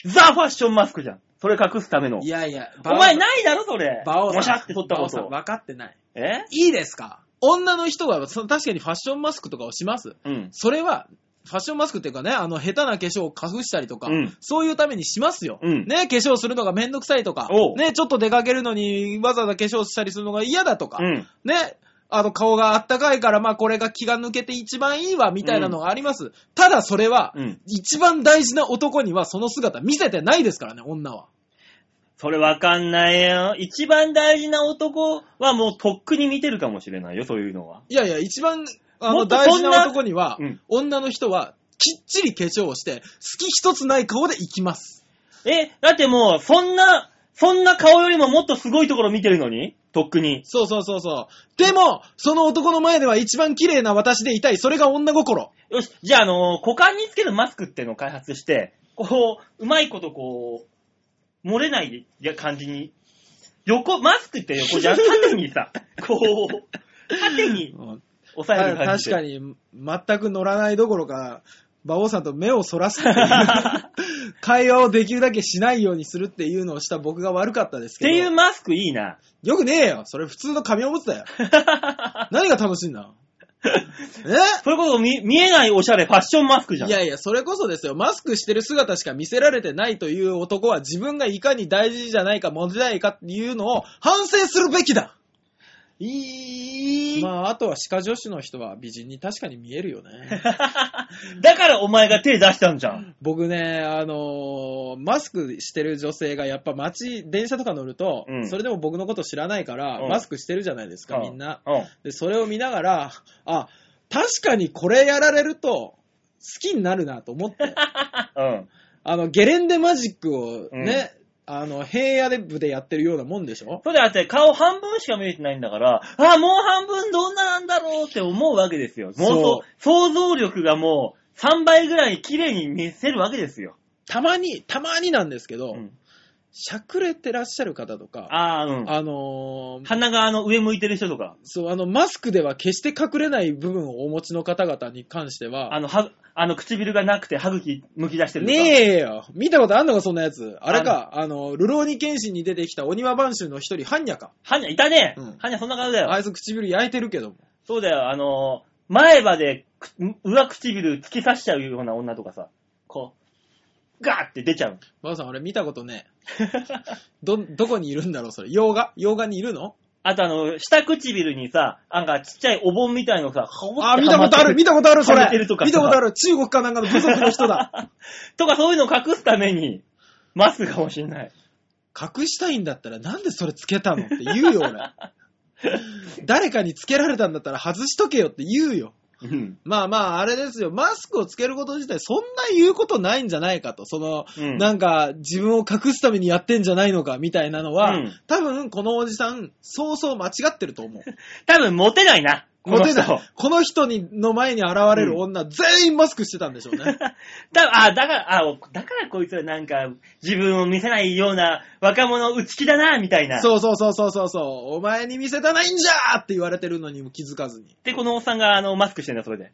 Speaker 2: ザ・ファッションマスクじゃん。それ隠すための
Speaker 3: い。やいや、
Speaker 2: お前ないだろそれ。
Speaker 3: [LAUGHS] バオさん。
Speaker 2: もしゃって取ったこ
Speaker 3: バオさん
Speaker 2: と。
Speaker 3: 分かってない。
Speaker 2: え
Speaker 3: いいですか女の人が、その確かにファッションマスクとかをします。
Speaker 2: うん。
Speaker 3: それは、ファッションマスクっていうかね、あの、下手な化粧を隠したりとか、
Speaker 2: うん
Speaker 3: そういうためにしますよ。
Speaker 2: うん
Speaker 3: ね、化粧するのがめんどくさいとか
Speaker 2: おう、
Speaker 3: ね、ちょっと出かけるのにわざわざ化粧したりするのが嫌だとか、
Speaker 2: うん。
Speaker 3: ね、あの、顔があったかいから、まあ、これが気が抜けて一番いいわ、みたいなのがあります。ただ、それは、
Speaker 2: うん
Speaker 3: 一番大事な男にはその姿見せてないですからね、女は。
Speaker 2: それわかんないよ。一番大事な男はもうとっくに見てるかもしれないよ、そういうのは。
Speaker 3: いやいや、一番、あ
Speaker 2: も
Speaker 3: の、
Speaker 2: っと
Speaker 3: 大
Speaker 2: そん
Speaker 3: 事
Speaker 2: な
Speaker 3: な男には、
Speaker 2: うん
Speaker 3: 女の人は、きっちり化粧をして、隙一つない顔で行きます。
Speaker 2: え、だってもう、そんな、そんな顔よりももっとすごいところ見てるのにとっくに。
Speaker 3: そうそうそうそう。でも、その男の前では一番綺麗な私でいたい。それが女心。
Speaker 2: よし、じゃあ、あのー股間につけるマスクっていうのを開発して、こう、うまいことこう、漏れない感じに、横、マスクって横じゃん縦に
Speaker 3: [LAUGHS]
Speaker 2: さ、こう、縦に押さえる
Speaker 3: た
Speaker 2: 感
Speaker 3: 確
Speaker 2: じ
Speaker 3: か
Speaker 2: で。
Speaker 3: に、全く乗らないどころか、馬王さんと目をそらすっていう
Speaker 2: [LAUGHS]
Speaker 3: 会話をできるだけしないようにするっていうのをした僕が悪かったです
Speaker 2: っ
Speaker 3: けど。
Speaker 2: ていうマスクいいな。
Speaker 3: よくねえよ。それ普通の紙おむつ
Speaker 2: [LAUGHS]
Speaker 3: だよ。何が楽しいんだえ
Speaker 2: それこそ見見えないおしゃれファッションマスクじゃん。 [LAUGHS]
Speaker 3: いやいや、それこそですよ。マスクしてる姿しか見せられてないという男は自分がいかに大事じゃないか、問題かっていうのを反省するべきだ
Speaker 2: いい。
Speaker 3: まあ、あとは歯科助手の人は美人に確かに見えるよね。
Speaker 2: だからお前が手出したんじゃん。
Speaker 3: 僕ね、あのーマスクしてる女性がやっぱ街、電車とか乗ると、
Speaker 2: うん
Speaker 3: それでも僕のこと知らないから、
Speaker 2: うん
Speaker 3: マスクしてるじゃないですか、みんな。
Speaker 2: うん。
Speaker 3: で、それを見ながら、あ、確かにこれやられると、好きになるなと思って。
Speaker 2: うん。
Speaker 3: あの、ゲレンデマジックをね、あの、平野で部でやってるようなもんでしょ
Speaker 2: そうだって顔半分しか見えてないんだから、あ、もう半分どんななんだろうって思うわけですよ。妄
Speaker 3: そ
Speaker 2: 想、想像力がもう、 3倍ぐらい綺麗に見せるわけですよ。
Speaker 3: たまに、たまになんですけど、
Speaker 2: うん
Speaker 3: しゃくれてらっしゃる方とか、
Speaker 2: ああ、うん。
Speaker 3: あのー
Speaker 2: 鼻があの上向いてる人とか、
Speaker 3: そう、あの、マスクでは決して隠れない部分をお持ちの方々に関して
Speaker 2: あ
Speaker 3: は、
Speaker 2: の、は、あの、唇がなくて歯茎むき出してるとか。
Speaker 3: ねえよ見たことあんのか、そんなやつ。あれか、あの、ルローニケンシンに出てきたお庭番衆の一人、ハンニャか。
Speaker 2: はにゃ、いたね
Speaker 3: うん。
Speaker 2: はにゃ、そんな感じだよ。
Speaker 3: あいつ唇焼いてるけども。
Speaker 2: そうだよ、あのー、前歯でく、上唇突き刺しちゃうような女とかさ、こう、ガーって出ちゃう。
Speaker 3: ばあさん、俺見たことねえ。ど、どこにいるんだろう、それ。洋画洋画にいるの
Speaker 2: あとあの、下唇にさ、なんかちっちゃいお盆みたいのさ、ほぼ
Speaker 3: あ、見たことある見たことある、そ
Speaker 2: は
Speaker 3: れ
Speaker 2: めてるとかさ
Speaker 3: 見たことある中国かなんかの部族の人だ
Speaker 2: とかそういうのを隠すために、マスクかもしれない。
Speaker 3: 隠したいんだったら、なんでそれつけたのって言うよ、俺。誰かにつけられたんだったら外しとけよって言うよ。
Speaker 2: うん。
Speaker 3: まあまあ、あれですよ。マスクをつけること自体、そんな言うことないんじゃないかと。その、
Speaker 2: うん
Speaker 3: なんか、自分を隠すためにやってんじゃないのか、みたいなのは、
Speaker 2: うん
Speaker 3: 多分、このおじさん、そうそう間違ってると
Speaker 2: [LAUGHS]
Speaker 3: 思う。
Speaker 2: 多分モテないな。
Speaker 3: モテない
Speaker 2: この人。
Speaker 3: この人にの前に現れる女、全員マスクしてたんでしょうね。
Speaker 2: 多分あ、だから、あ、だからこいつはなんか、自分を見せないような若者内気だな、みたいな。う。
Speaker 3: そうそうそうそうそうそう。お前に見せたないんじゃーって言われてるのにも気づかずに。
Speaker 2: で、このおっさんが、あの、マスクしてんだ、それ
Speaker 3: [LAUGHS]
Speaker 2: で。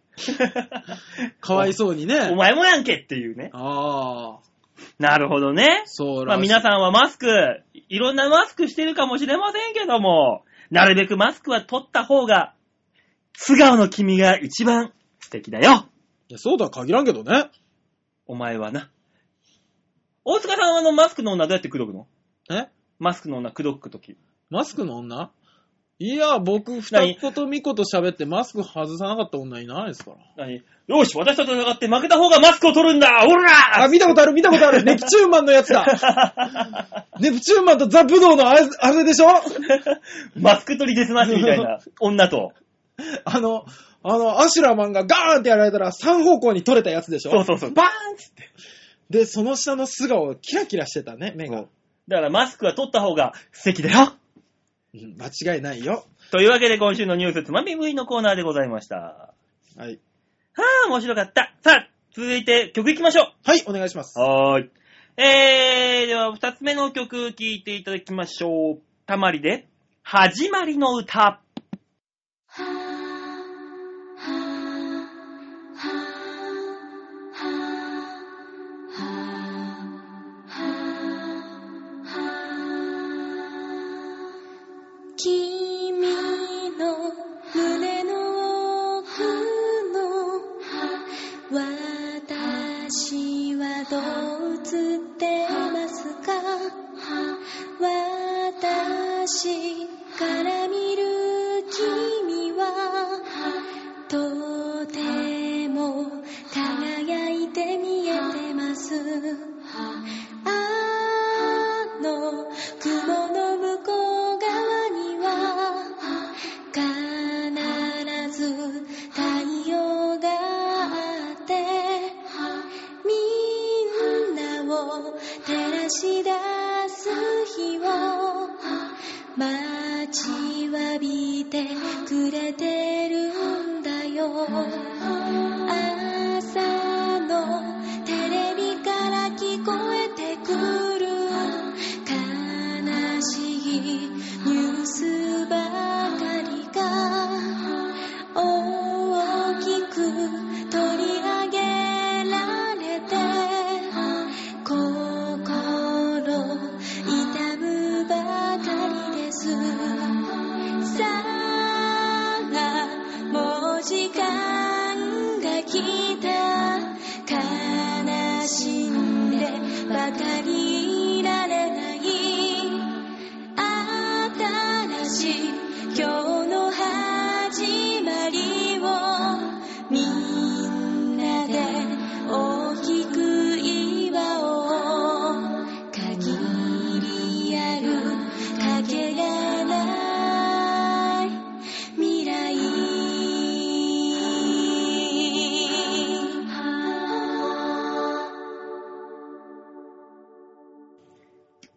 Speaker 3: かわいそう
Speaker 2: お
Speaker 3: にね。
Speaker 2: 前もやんけっていうね。
Speaker 3: ああ、な
Speaker 2: なるほどね。
Speaker 3: そう
Speaker 2: まあ
Speaker 3: らしい
Speaker 2: 皆さんはマスク、いろんなマスクしてるかもしれませんけども、なるべくマスクは取った方が、素顔の君が一番素敵だよ。
Speaker 3: いやそうとは限らんけどね。
Speaker 2: お前はな。大塚さんはあのマスクの女どうやって口説くの
Speaker 3: え
Speaker 2: マスクの女口説くとき。
Speaker 3: マスクの女いや、僕、二
Speaker 2: 何
Speaker 3: 子と三子と喋ってマスク外さなかった女いないですから。
Speaker 2: 何よし、私と戦って負けた方がマスクを取るんだオ
Speaker 3: あ、
Speaker 2: ラ
Speaker 3: 見たことある、見たことある。ネプチューンマンのやつだ。ネプチューンマンとザ・ブドウのあれあれでしょ
Speaker 2: [LAUGHS] マスク取りですますみたいな女 [LAUGHS] と。
Speaker 3: あの、あの、アシュラマンがガーンってやられたら3方向に取れたやつでし
Speaker 2: そう
Speaker 3: ょ
Speaker 2: そうそう。バーンっつって。
Speaker 3: で、その下の素顔、キラキラしてたね、目が。
Speaker 2: だからマスクは取った方が素敵だよ。
Speaker 3: うん間違いないよ。
Speaker 2: というわけで今週のニュースつまみ食いのコーナーでございました。は
Speaker 3: はい。
Speaker 2: あ、面白かった。さあ、続いて曲いきましょ
Speaker 3: はい、お願いします
Speaker 2: う。。はーい。えー、では二つ目の曲聴いていただきましょう。たまりで、始まりの歌。
Speaker 4: はぁ、はぁ、はぁ、はぁ、はぁ、はぁ。君の胸の奥の私はどう映ってますか私から見る君はとても輝いて見えてますあの雲の向こう側には必ず太陽があってみんなを照らし出す日を待ちわびてくれてるんだよ朝のテレビから聞こえてくる悲しいニュースばかりが大きく取り上げられて心痛むばかりですさあもう時間が来た悲しんでばかりいられない新しい今日の始まりをみんなで大きく祝おう限りあるかけがない未来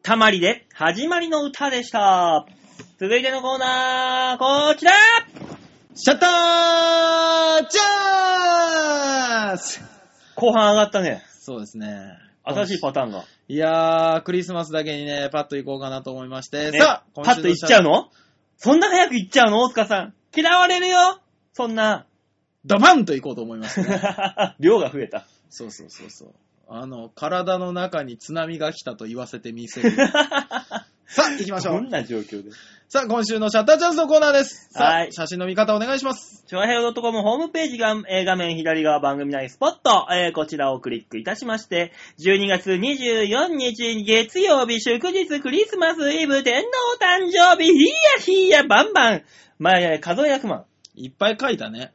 Speaker 2: たまりで、始まりの歌でした。続いてのコーナー、こちら
Speaker 3: シャッターチャンス
Speaker 2: 後半上がったね。
Speaker 3: そうですね。
Speaker 2: 新しいパターンが。
Speaker 3: いやー、クリスマスだけにね、パッと行こうかなと思いまして。
Speaker 2: ね
Speaker 3: さあ、
Speaker 2: パッと行っちゃう
Speaker 3: の
Speaker 2: のそんな早く行っちゃうの大塚さん。嫌われるよそんな。
Speaker 3: ダマンと行こうと思
Speaker 2: [LAUGHS]
Speaker 3: いますね。
Speaker 2: 量が増え [LAUGHS] た。
Speaker 3: そうそうそうそう。あの、体の中に津波が来たと言わせてみせ
Speaker 2: [LAUGHS]
Speaker 3: る。さあ、行きましょ
Speaker 2: ど。
Speaker 3: うん
Speaker 2: な状況で
Speaker 3: さあ、今週のシャッターチャンスのコーナーです。さ
Speaker 2: は
Speaker 3: あ、
Speaker 2: い
Speaker 3: 写真の見方お願いします。
Speaker 2: チョアヘオ .com ホームページが、えー画面左側番組内スポット、えーこちらをクリックいたしまして、12月24日月曜日祝日クリスマスイブ天皇誕生日、ひいやひいやバンバン。まあ、えー数え役満。
Speaker 3: いっぱい書いたね。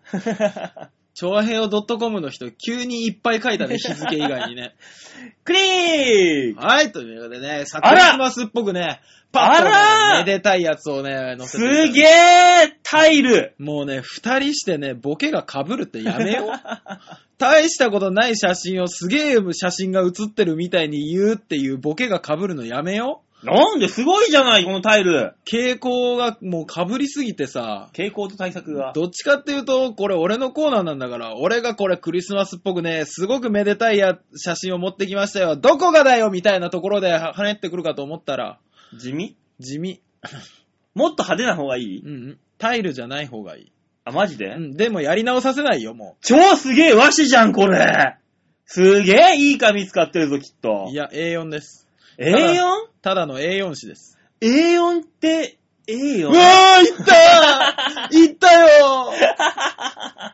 Speaker 3: 調和平和 .com の人、急にいっぱい書いたね、日付以外にね。
Speaker 2: [LAUGHS] クリーン
Speaker 3: はい、ということでね、さ
Speaker 2: あ
Speaker 3: ク
Speaker 2: ら
Speaker 3: リスマスっぽくね、パッとね
Speaker 2: あら
Speaker 3: めでたいやつをね、載せ
Speaker 2: す
Speaker 3: ていただいて。
Speaker 2: げータイル
Speaker 3: もうね、二人してね、ボケが被るってやめよう。 [LAUGHS] 大したことない写真をすげえ写真が写ってるみたいに言うっていうボケが被るのやめよ
Speaker 2: [LAUGHS]
Speaker 3: う。
Speaker 2: なんですごいじゃない、このタイル。
Speaker 3: 傾向がもう被りすぎてさ、
Speaker 2: 傾向と対策が。
Speaker 3: どっちかっていうと、これ俺のコーナーなんだから、俺がこれクリスマスっぽくね、すごくめでたいや写真を持ってきましたよ。どこがだよみたいなところでは跳ねってくるかと思ったら、
Speaker 2: 地味
Speaker 3: 地味。
Speaker 2: もっと派手な方がいい
Speaker 3: うんうん。タイルじゃない方がいい。
Speaker 2: あ、マジで、
Speaker 3: うん。でもやり直させないよ、もう。
Speaker 2: 超すげえ和紙じゃん、これすげえいい紙使ってるぞ、きっと。
Speaker 3: いや、A4 です。
Speaker 2: A4?A4
Speaker 3: ただの A4 紙です。
Speaker 2: って、A4?
Speaker 3: うわー、行った [LAUGHS] ー行ったよー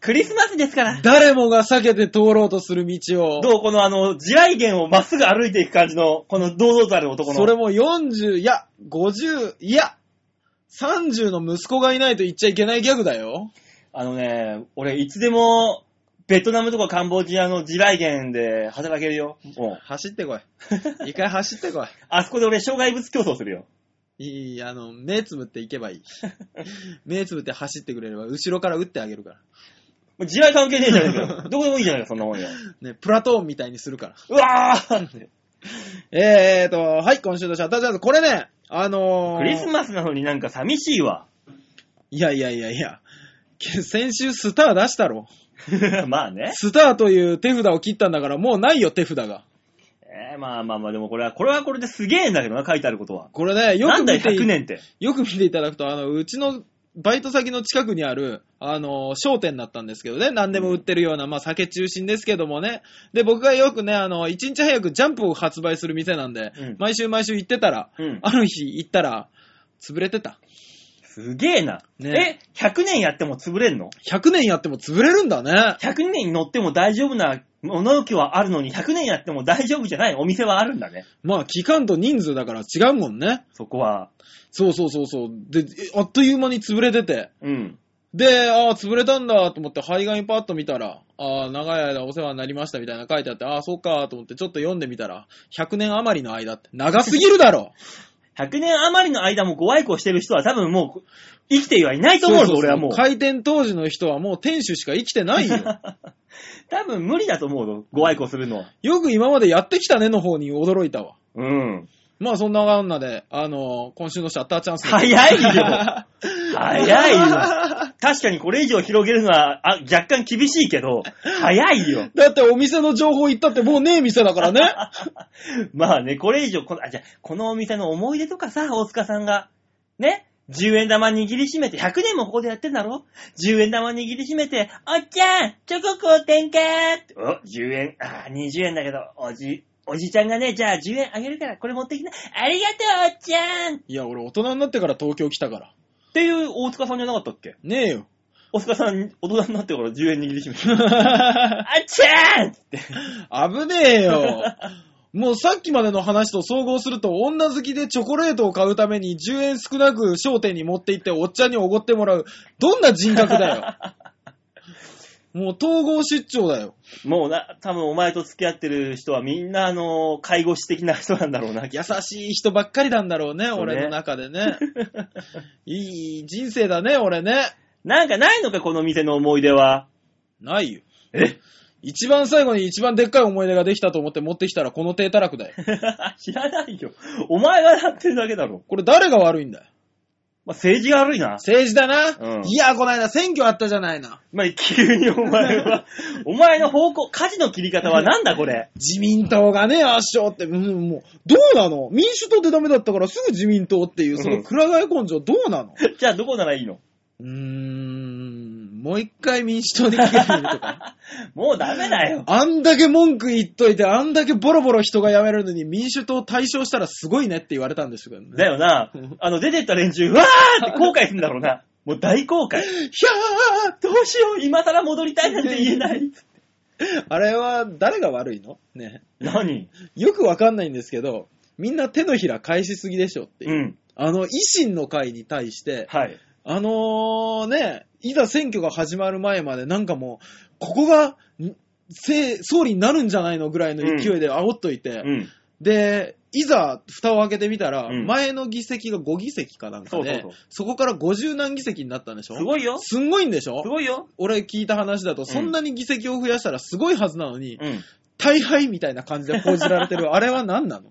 Speaker 2: クリスマスですから。
Speaker 3: 誰もが避けて通ろうとする道を。
Speaker 2: どうこのあの、地雷原をまっすぐ歩いていく感じの、この堂々たる男の。
Speaker 3: それも40、いや、50、いや、30の息子がいないと言っちゃいけないギャグだよ。
Speaker 2: あのね、俺いつでも、ベトナムとかカンボジアの地雷原で働けるよ。もう。
Speaker 3: 走ってこ [LAUGHS] い。一回走ってこい。
Speaker 2: あそこで俺障害物競争するよ。
Speaker 3: いい、あの、目つぶって行けばいい。 [LAUGHS] 目つぶって走ってくれれば、後ろから撃ってあげるか
Speaker 2: もう地雷関係ねえじゃねえか [LAUGHS] よ。どこでもいいじゃないか、そんなもんよ。
Speaker 3: ら。ね、プラトーンみたいにするから。
Speaker 2: うわー
Speaker 3: えーと、はい、今週のシャッターチャンス。これね、あのー、
Speaker 2: クリスマスなのになんか寂しい [LAUGHS] わ。
Speaker 3: いやいやいやいや、け先週スター出したろ。
Speaker 2: まあね。
Speaker 3: スターという手札を切ったんだから、もうないよ、手札が。
Speaker 2: えー、まあまあまあ、でもこれは、これはこれですげえんだけどな、書いてあることは。
Speaker 3: これね、よ
Speaker 2: な
Speaker 3: く
Speaker 2: んだ
Speaker 3: 見
Speaker 2: よ、
Speaker 3: て
Speaker 2: 100
Speaker 3: い、
Speaker 2: 年って。
Speaker 3: よく見ていただくと、あの、うちのバイト先の近くにある、あの、商店だったんですけどね、何でも売ってるような、まあ、酒中心ですけどもね。で、僕がよくね、あの、一日早くジャンプを発売する店なんで、
Speaker 2: うん
Speaker 3: 毎週毎週行ってたら、
Speaker 2: うん
Speaker 3: ある日行ったら、潰れてた。
Speaker 2: すげえな。え、
Speaker 3: ね
Speaker 2: 100年やっても潰れんの
Speaker 3: 100年やっても潰れるんだね。
Speaker 2: 100年に乗っても大丈夫な物置はあるのに、100年やっても大丈夫じゃないお店はあるんだね。
Speaker 3: まあ、期間と人数だから違うもんね。
Speaker 2: そこは。
Speaker 3: そうそうそうそう。で、えあっという間に潰れてて。
Speaker 2: うん。
Speaker 3: で、ああ、潰れたんだと思って、肺がんにパッと見たら、ああ、長い間お世話になりましたみたいな書いてあって、ああ、そうかと思って、ちょっと読んでみたら、100年余りの間って、長すぎるだろ
Speaker 2: 100年余りの間もご愛顧してる人は多分もう、生きてはいないと思うぞ、俺はもう。
Speaker 3: 開店当時の人はもう店主しか生きてないよ。 [LAUGHS]
Speaker 2: [LAUGHS] 多分無理だと思うぞ、ご愛顧するのは。
Speaker 3: よく今までやってきたねの方に驚いたわ。
Speaker 2: うん。
Speaker 3: まあ、そんなあんなで、あのー今週のシャッターチャンス。
Speaker 2: 早いよ早いよ。確かにこれ以上広げるのはあ若干厳しいけど、早いよ。
Speaker 3: [LAUGHS] だってお店の情報言ったってもうねえ店だからね。
Speaker 2: [LAUGHS] まあね、これ以上この、あ、じゃあこのお店の思い出とかさ、大塚さんが、ね、10円玉握りしめて、100年もここでやってんだろ ?10 円玉握りしめて、おっちゃん、チョコ交換かってお、10円、あー、20円だけど、おじ、おじちゃんがね、じゃあ10円あげるからこれ持ってきな。ありがとう、おっちゃんっ
Speaker 3: いや、俺大人になってから東京来たから。
Speaker 2: ていう大塚さんじゃなかったっけ
Speaker 3: ね [LAUGHS] えよ。
Speaker 2: 大塚さん、大人になってから10円握りしめて。あっちゃんって。
Speaker 3: 危ねえよ。もうさっきまでの話と総合すると、女好きでチョコレートを買うために10円少なく商店に持って行っておっちゃんにおごってもらう。どんな人格だよ。もう統合出張だよ。
Speaker 2: もうな、多分お前と付き合ってる人はみんな、あの、介護士的な人なんだろうな。
Speaker 3: 優しい人ばっかりなんだろうね、
Speaker 2: そうね
Speaker 3: 俺の中でね。いい人生だね、俺ね。
Speaker 2: なんかないのか、この店の思い出は。
Speaker 3: ないよ。
Speaker 2: [LAUGHS] え
Speaker 3: 一番最後に一番でっかい思い出ができたと思って持ってきたらこの低たらくだよ。
Speaker 2: 知らないよ。お前がやってるだけだろ。
Speaker 3: これ誰が悪いんだよ。
Speaker 2: まあ、政治が悪いな。
Speaker 3: 政治だな。
Speaker 2: うん
Speaker 3: いや、こないだ選挙あったじゃないな。
Speaker 2: まあ、急にお前は、お前の方向、舵の切り方はなんだこれ。
Speaker 3: 自民党がね、圧勝って、うん、もう、どうなの民主党ってダメだったからすぐ自民党っていう、そのくら替え根性どうなの
Speaker 2: じゃあどこならいいの
Speaker 3: うーん、もう一回民主党で来てみる
Speaker 2: [LAUGHS]
Speaker 3: とか。
Speaker 2: もうダメだよ。
Speaker 3: あんだけ文句言っといて、あんだけボロボロ人が辞めるのに民主党対象したらすごいねって言われたんですけどね。
Speaker 2: だよな。あの、出てった連中、うわーって後悔するんだろうな。もう大後悔。
Speaker 3: ひゃ
Speaker 2: どうしよう、今更戻りたいなんて言えない。
Speaker 3: ーあれは誰が悪いのね。
Speaker 2: 何
Speaker 3: よくわかんないんですけど、みんな手のひら返しすぎでしょっていう。
Speaker 2: うん。
Speaker 3: あの、維新の会に対して、
Speaker 2: はい。
Speaker 3: あのーね、いざ選挙が始まる前までなんかもう、ここが、んせい総理になるんじゃないのぐらいの勢いで煽っといて、
Speaker 2: うん。
Speaker 3: で、いざ蓋を開けてみたら、
Speaker 2: うん
Speaker 3: 前の議席が5議席かなんか
Speaker 2: そ
Speaker 3: で、
Speaker 2: う
Speaker 3: そ
Speaker 2: そうそう
Speaker 3: こから50何議席になったんでしょ
Speaker 2: すごいよ。す
Speaker 3: すんごいんでしょ
Speaker 2: ごいよ。
Speaker 3: 俺聞いた話だと、そんなに議席を増やしたらすごいはずなのに、
Speaker 2: うん。
Speaker 3: 大敗みたいな感じで報じられて
Speaker 2: [LAUGHS]
Speaker 3: る、あれは何なの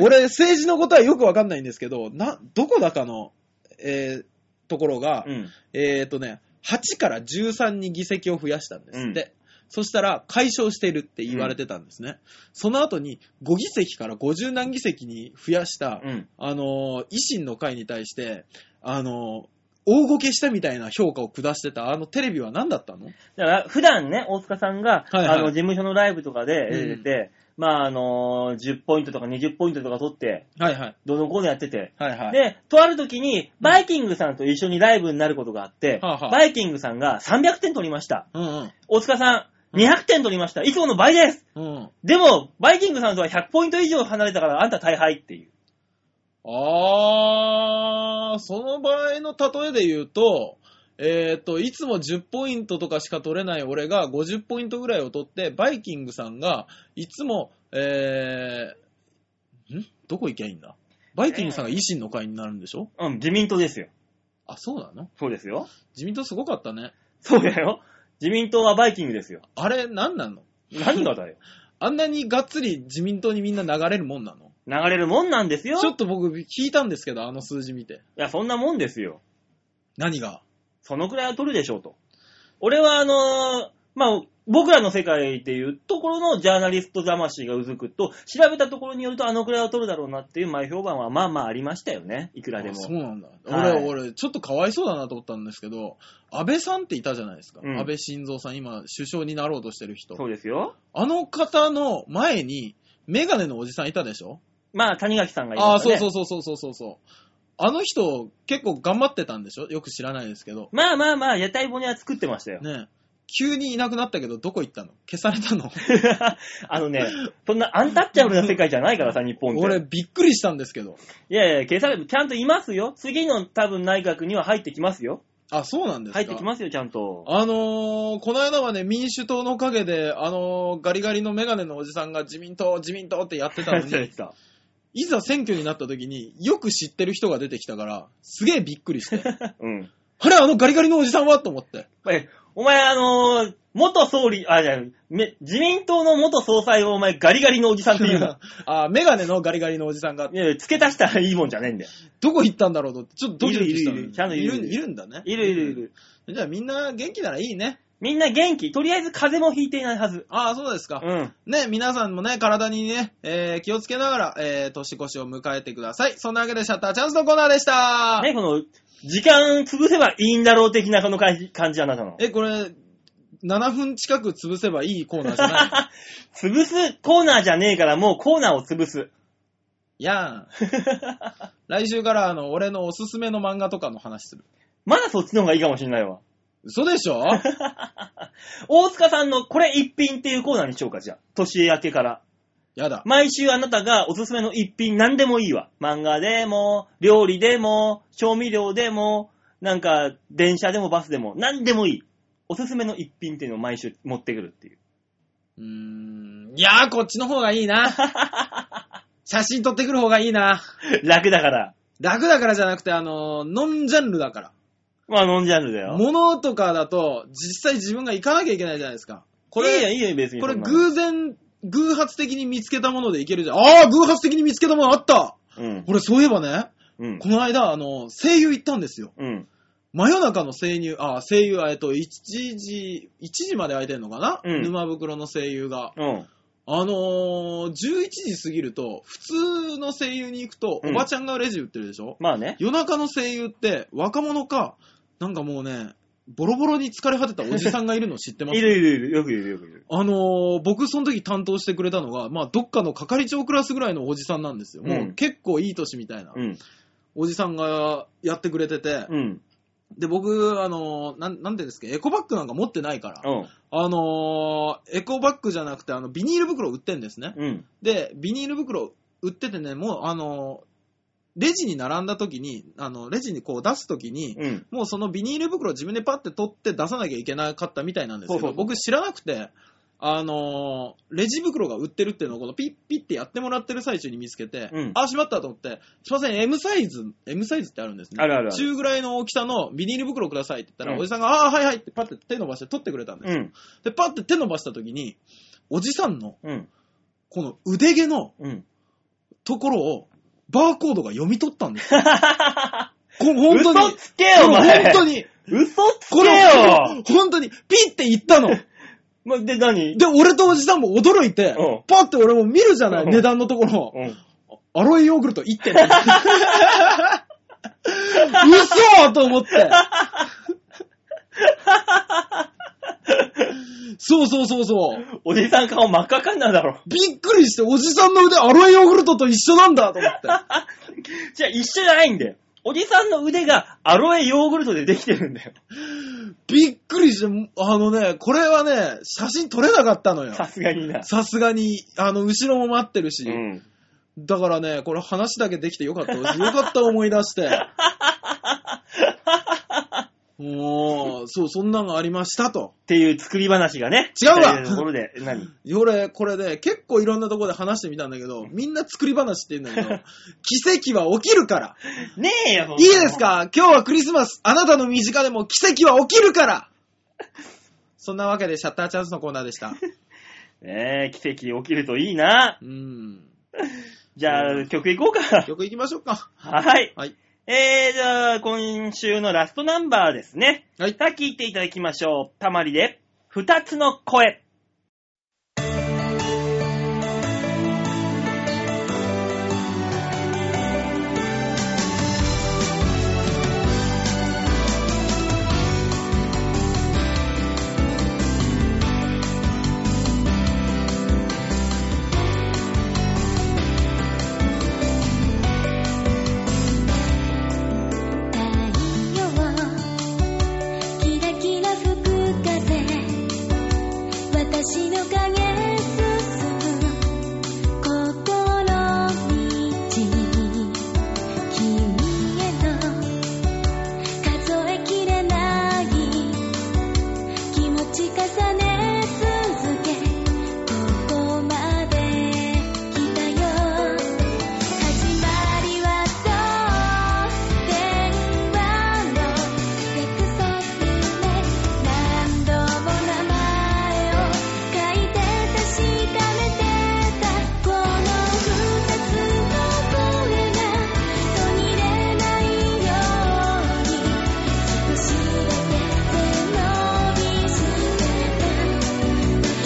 Speaker 3: 俺、政治のことはよくわかんないんですけど、な、どこだかの、えーところが、
Speaker 2: うん。
Speaker 3: えーとね、8から13に議席を増やしたんですって。
Speaker 2: う
Speaker 3: そしたら、解消してるって言われてたんですね。その後に、5議席から50何議席に増やした、
Speaker 2: うん。
Speaker 3: あのー維新の会に対して、あのー大ごけしたみたいな評価を下してた、あのテレビは何だったの
Speaker 2: だから、普段ね、大塚さんが、
Speaker 3: はいはい
Speaker 2: あの、事務所のライブとかで出てて、まあ、あのー10ポイントとか20ポイントとか取って、
Speaker 3: はいはい。
Speaker 2: どのコーナーやってて、
Speaker 3: はいはい。
Speaker 2: で、とある時に、バイキングさんと一緒にライブになることがあって、
Speaker 3: はあはあ
Speaker 2: バイキングさんが300点取りました。
Speaker 3: うん
Speaker 2: 大塚さん、200点取りました。いつもの倍です。
Speaker 3: うん。うん。
Speaker 2: でも、バイキングさんとは100ポイント以上離れたから、あんた大敗っていう。
Speaker 3: あー、その場合の例えで言うと、えっ、と、いつも10ポイントとかしか取れない俺が50ポイントぐらいを取って、バイキングさんが、いつも、えー、んどこ行きゃいいんだバイキングさんが維新の会になるんでしょ
Speaker 2: うん、自民党ですよ。
Speaker 3: あ、そうなの
Speaker 2: そうですよ。
Speaker 3: 自民党すごかったね。
Speaker 2: そうだよ。自民党はバイキングですよ。
Speaker 3: あれ、なんなの
Speaker 2: 何がだよ。
Speaker 3: あんなにがっつり自民党にみんな流れるもんなの
Speaker 2: 流れるもんなんですよ。
Speaker 3: ちょっと僕聞いたんですけど、あの数字見て。
Speaker 2: いや、そんなもんですよ。
Speaker 3: 何が
Speaker 2: そのくらいは取るでしょうと。俺は、あのーまあ、僕らの世界っていうところのジャーナリスト魂がうずくと、調べたところによるとあのくらいは取るだろうなっていう前評判はまあまあありましたよね。いくらで
Speaker 3: あ
Speaker 2: も。
Speaker 3: そうなんだ。
Speaker 2: はい
Speaker 3: 俺、俺、ちょっとかわいそうだなと思ったんですけど、安倍さんっていたじゃないですか。
Speaker 2: うん
Speaker 3: 安倍晋三さん、今、首相になろうとしてる人。
Speaker 2: そうですよ。
Speaker 3: あの方の前に、メガネのおじさんいたでしょ、
Speaker 2: まあ、谷垣さんがい
Speaker 3: あ
Speaker 2: ま
Speaker 3: あ、
Speaker 2: すね。
Speaker 3: そうそうそうそうそうそうそう。あの人、結構頑張ってたんでしょよく知らないですけど。
Speaker 2: まあまあまあ、屋台骨は作ってましたよ。 [LAUGHS]
Speaker 3: ねえ急にいなくなったけど、どこ行ったの消されたの
Speaker 2: あのね、そんなアンタッチャブルな世界じゃないからさ、日本って。
Speaker 3: 俺、びっくりしたんですけど。
Speaker 2: いやいや、消され、ちゃんといますよ。次の多分内閣には入ってきますよ。
Speaker 3: あ、そうなんですか
Speaker 2: 入ってきますよ、ちゃんと。
Speaker 3: あのー、この間はね、民主党のおかげで、あのーガリガリのメガネのおじさんが自民党、自民党ってやってたの
Speaker 2: [LAUGHS] 入っ
Speaker 3: に
Speaker 2: て、きた
Speaker 3: いざ選挙になった時によく知ってる人が出てきたから、すげえびっくりして。 [LAUGHS]
Speaker 2: うん。
Speaker 3: あれ、あのガリガリのおじさんはと思って。
Speaker 2: え、お前あのー元総理、あ、じゃあめ自民党の元総裁をお前ガリガリのおじさんって
Speaker 3: [LAUGHS]
Speaker 2: 言う [LAUGHS] な。
Speaker 3: あー、メガネのガリガリのおじさんが
Speaker 2: い、やいや付け足したらいいもんじゃねえんだよ。
Speaker 3: どこ行ったんだろうと、ちょっとドキドキしたの
Speaker 2: いるいるいるちゃんといる
Speaker 3: いるいるんだね。
Speaker 2: いるいるいる。
Speaker 3: うん。じゃあみんな元気ならいいね。
Speaker 2: みんな元気。とりあえず風邪もひいていないはず。
Speaker 3: ああ、そうですか。
Speaker 2: うん。
Speaker 3: ね、皆さんもね、体にね、えー気をつけながら、えー年越しを迎えてください。そんなわけでシャッターチャンスのコーナーでした。
Speaker 2: ね、この、時間潰せばいいんだろう的なこの感じ、感じあなたの。
Speaker 3: え、これ、7分近く潰せばいいコーナーじゃ
Speaker 2: [LAUGHS]
Speaker 3: ないの
Speaker 2: 潰すコーナーじゃねえから、もうコーナーを潰す。 [LAUGHS]
Speaker 3: やん。来週から、あの、俺のおすすめの漫画とかの話する。
Speaker 2: まだそっちの方がいいかもしれないわ。 [LAUGHS]
Speaker 3: 嘘でしょ
Speaker 2: 大塚さんのこれ一品っていうコーナーにしようか、じゃあ。年明けから。[LAUGHS]
Speaker 3: やだ。
Speaker 2: 毎週あなたがおすすめの一品何でもいいわ。漫画でも、料理でも、調味料でも、なんか、電車でもバスでも、何でもいい。おすすめの一品っていうのを毎週持ってくるっていう。
Speaker 3: うーん。いやー、こっちの方がいいな。写真撮ってくる方がいいな。
Speaker 2: [LAUGHS] 楽だから。
Speaker 3: 楽だからじゃなくて、あの、ノンジャンルだか
Speaker 2: まあ、ノンジャンルだ
Speaker 3: ら。
Speaker 2: よ。
Speaker 3: 物とかだと、実際自分が行かなきゃいけないじゃないですか。こ
Speaker 2: これ、いいよ、
Speaker 3: れ、
Speaker 2: いいよ、別に。
Speaker 3: これ
Speaker 2: そんなの
Speaker 3: 偶然、偶発的に見つけたものでいけるじゃん。あー、偶発的に見つけたものあった
Speaker 2: うん。
Speaker 3: 俺、そういえばね、
Speaker 2: うん
Speaker 3: こ。の間、あの、声優行ったんですよ。
Speaker 2: うん。
Speaker 3: 真夜中の声優、あ、声優、えっと、1時、1時まで空いてんのかな、
Speaker 2: うん
Speaker 3: 沼袋の声優が。
Speaker 2: うん。
Speaker 3: あのー、11時過ぎると、普通の声優に行くと、
Speaker 2: うん
Speaker 3: おばちゃんがレジ売ってるでしょ、
Speaker 2: まあね。
Speaker 3: 夜中の声優って、若者か、なんかもうね、ボロボロに疲れ果てたおじさんがいるの知って
Speaker 2: [LAUGHS]
Speaker 3: ま
Speaker 2: い
Speaker 3: す
Speaker 2: るいるいる。よくいるよくいる。
Speaker 3: あのー僕その時担当してくれたのが、まあ、どっかの係長クラスぐらいのおじさんなんですよ。もううん結構いい年みたいな、
Speaker 2: うん。
Speaker 3: おじさんがやってくれてて、
Speaker 2: うん。
Speaker 3: で、僕、あのーなん、なんていうんですか、エコバッグなんか持ってないから、
Speaker 2: うん。
Speaker 3: あのーエコバッグじゃなくて、あの、ビニール袋売ってんですね。
Speaker 2: うん。
Speaker 3: で、ビニール袋売っててね、もう、あのーレジに並んだ時に、あの、レジにこう出す時に、
Speaker 2: うん。
Speaker 3: もうそのビニール袋を自分でパッて取って出さなきゃいけなかったみたいなんですけど、
Speaker 2: そうそうそう
Speaker 3: 僕知らなくて、あのーレジ袋が売ってるっていうのをこのピッピッてやってもらってる最中に見つけて、
Speaker 2: うん
Speaker 3: あ、しまったと思って、すいません、M サイズ、M サイズってあるんですね。
Speaker 2: あるあるある
Speaker 3: 中ぐらいの大きさのビニール袋くださいって言ったら、
Speaker 2: うん
Speaker 3: おじさんが、ああ、はいはいってパッて手伸ばして取ってくれたんです。
Speaker 2: うん。
Speaker 3: で、パッて手伸ばした時に、おじさんの
Speaker 2: うん。
Speaker 3: この腕毛の
Speaker 2: うん。 [LAUGHS]
Speaker 3: ところを、バーコードが読み取ったんですよ。こ本当に。
Speaker 2: 嘘つけよ、お前。
Speaker 3: 本当に。
Speaker 2: 嘘つけ
Speaker 3: これ
Speaker 2: よ
Speaker 3: 本当に、ピって言ったの。で、
Speaker 2: ま、で、何
Speaker 3: 俺とおじさんも驚いて
Speaker 2: うん、
Speaker 3: パって俺も見るじゃない、
Speaker 2: うん
Speaker 3: 値段のところ。
Speaker 2: うん。
Speaker 3: アロエヨーグルト1点。嘘と思って。そうそうそうそう。
Speaker 2: おじさん顔真っ赤かんなんだろ。
Speaker 3: びっくりして、おじさんの腕、アロエヨーグルトと一緒なんだと思って。
Speaker 2: じゃあ一緒じゃないんだよ。おじさんの腕がアロエヨーグルトでできてるんだよ。
Speaker 3: びっくりして、あのね、これはね、写真撮れなかったのよ。
Speaker 2: さすがにな。
Speaker 3: さすがに、あの、後ろも待ってるし。
Speaker 2: うん。
Speaker 3: だからね、これ話だけできてよかった。よかった思い出して。
Speaker 2: [LAUGHS]
Speaker 3: もう、そう、そんなのがありましたと。
Speaker 2: っていう作り話がね。
Speaker 3: 違う
Speaker 2: と
Speaker 3: わ
Speaker 2: いうところで、何
Speaker 3: 俺、これね、結構いろんなところで話してみたんだけど、みんな作り話って言うんだけど、 [LAUGHS] 奇跡は起きるから。
Speaker 2: ねえよ、そんない
Speaker 3: いですか今日はクリスマス。あなたの身近でも奇跡は起きる [LAUGHS] から。そんなわけで、シャッターチャンスのコーナーでした。
Speaker 2: ねえ、奇跡起きるといいな。
Speaker 3: うん。
Speaker 2: じゃあ、曲いこうか。
Speaker 3: 曲行きましょうか。
Speaker 2: はい。
Speaker 3: はい。
Speaker 2: えー、じゃあ、今週のラストナンバーですね。
Speaker 3: はい
Speaker 2: さあ、聞いていただきましょう。たまりで、二つの声。
Speaker 4: 「太陽キラキラ吹く風」「私の影進む心道」「君への数えきれない」「気持ち重ね続けここまで来たよ」「始まりはそう」電話のセクソフィーで何度も名前を書いて確かめてたこの二つの声が途切れないように少しだけ背伸びしてた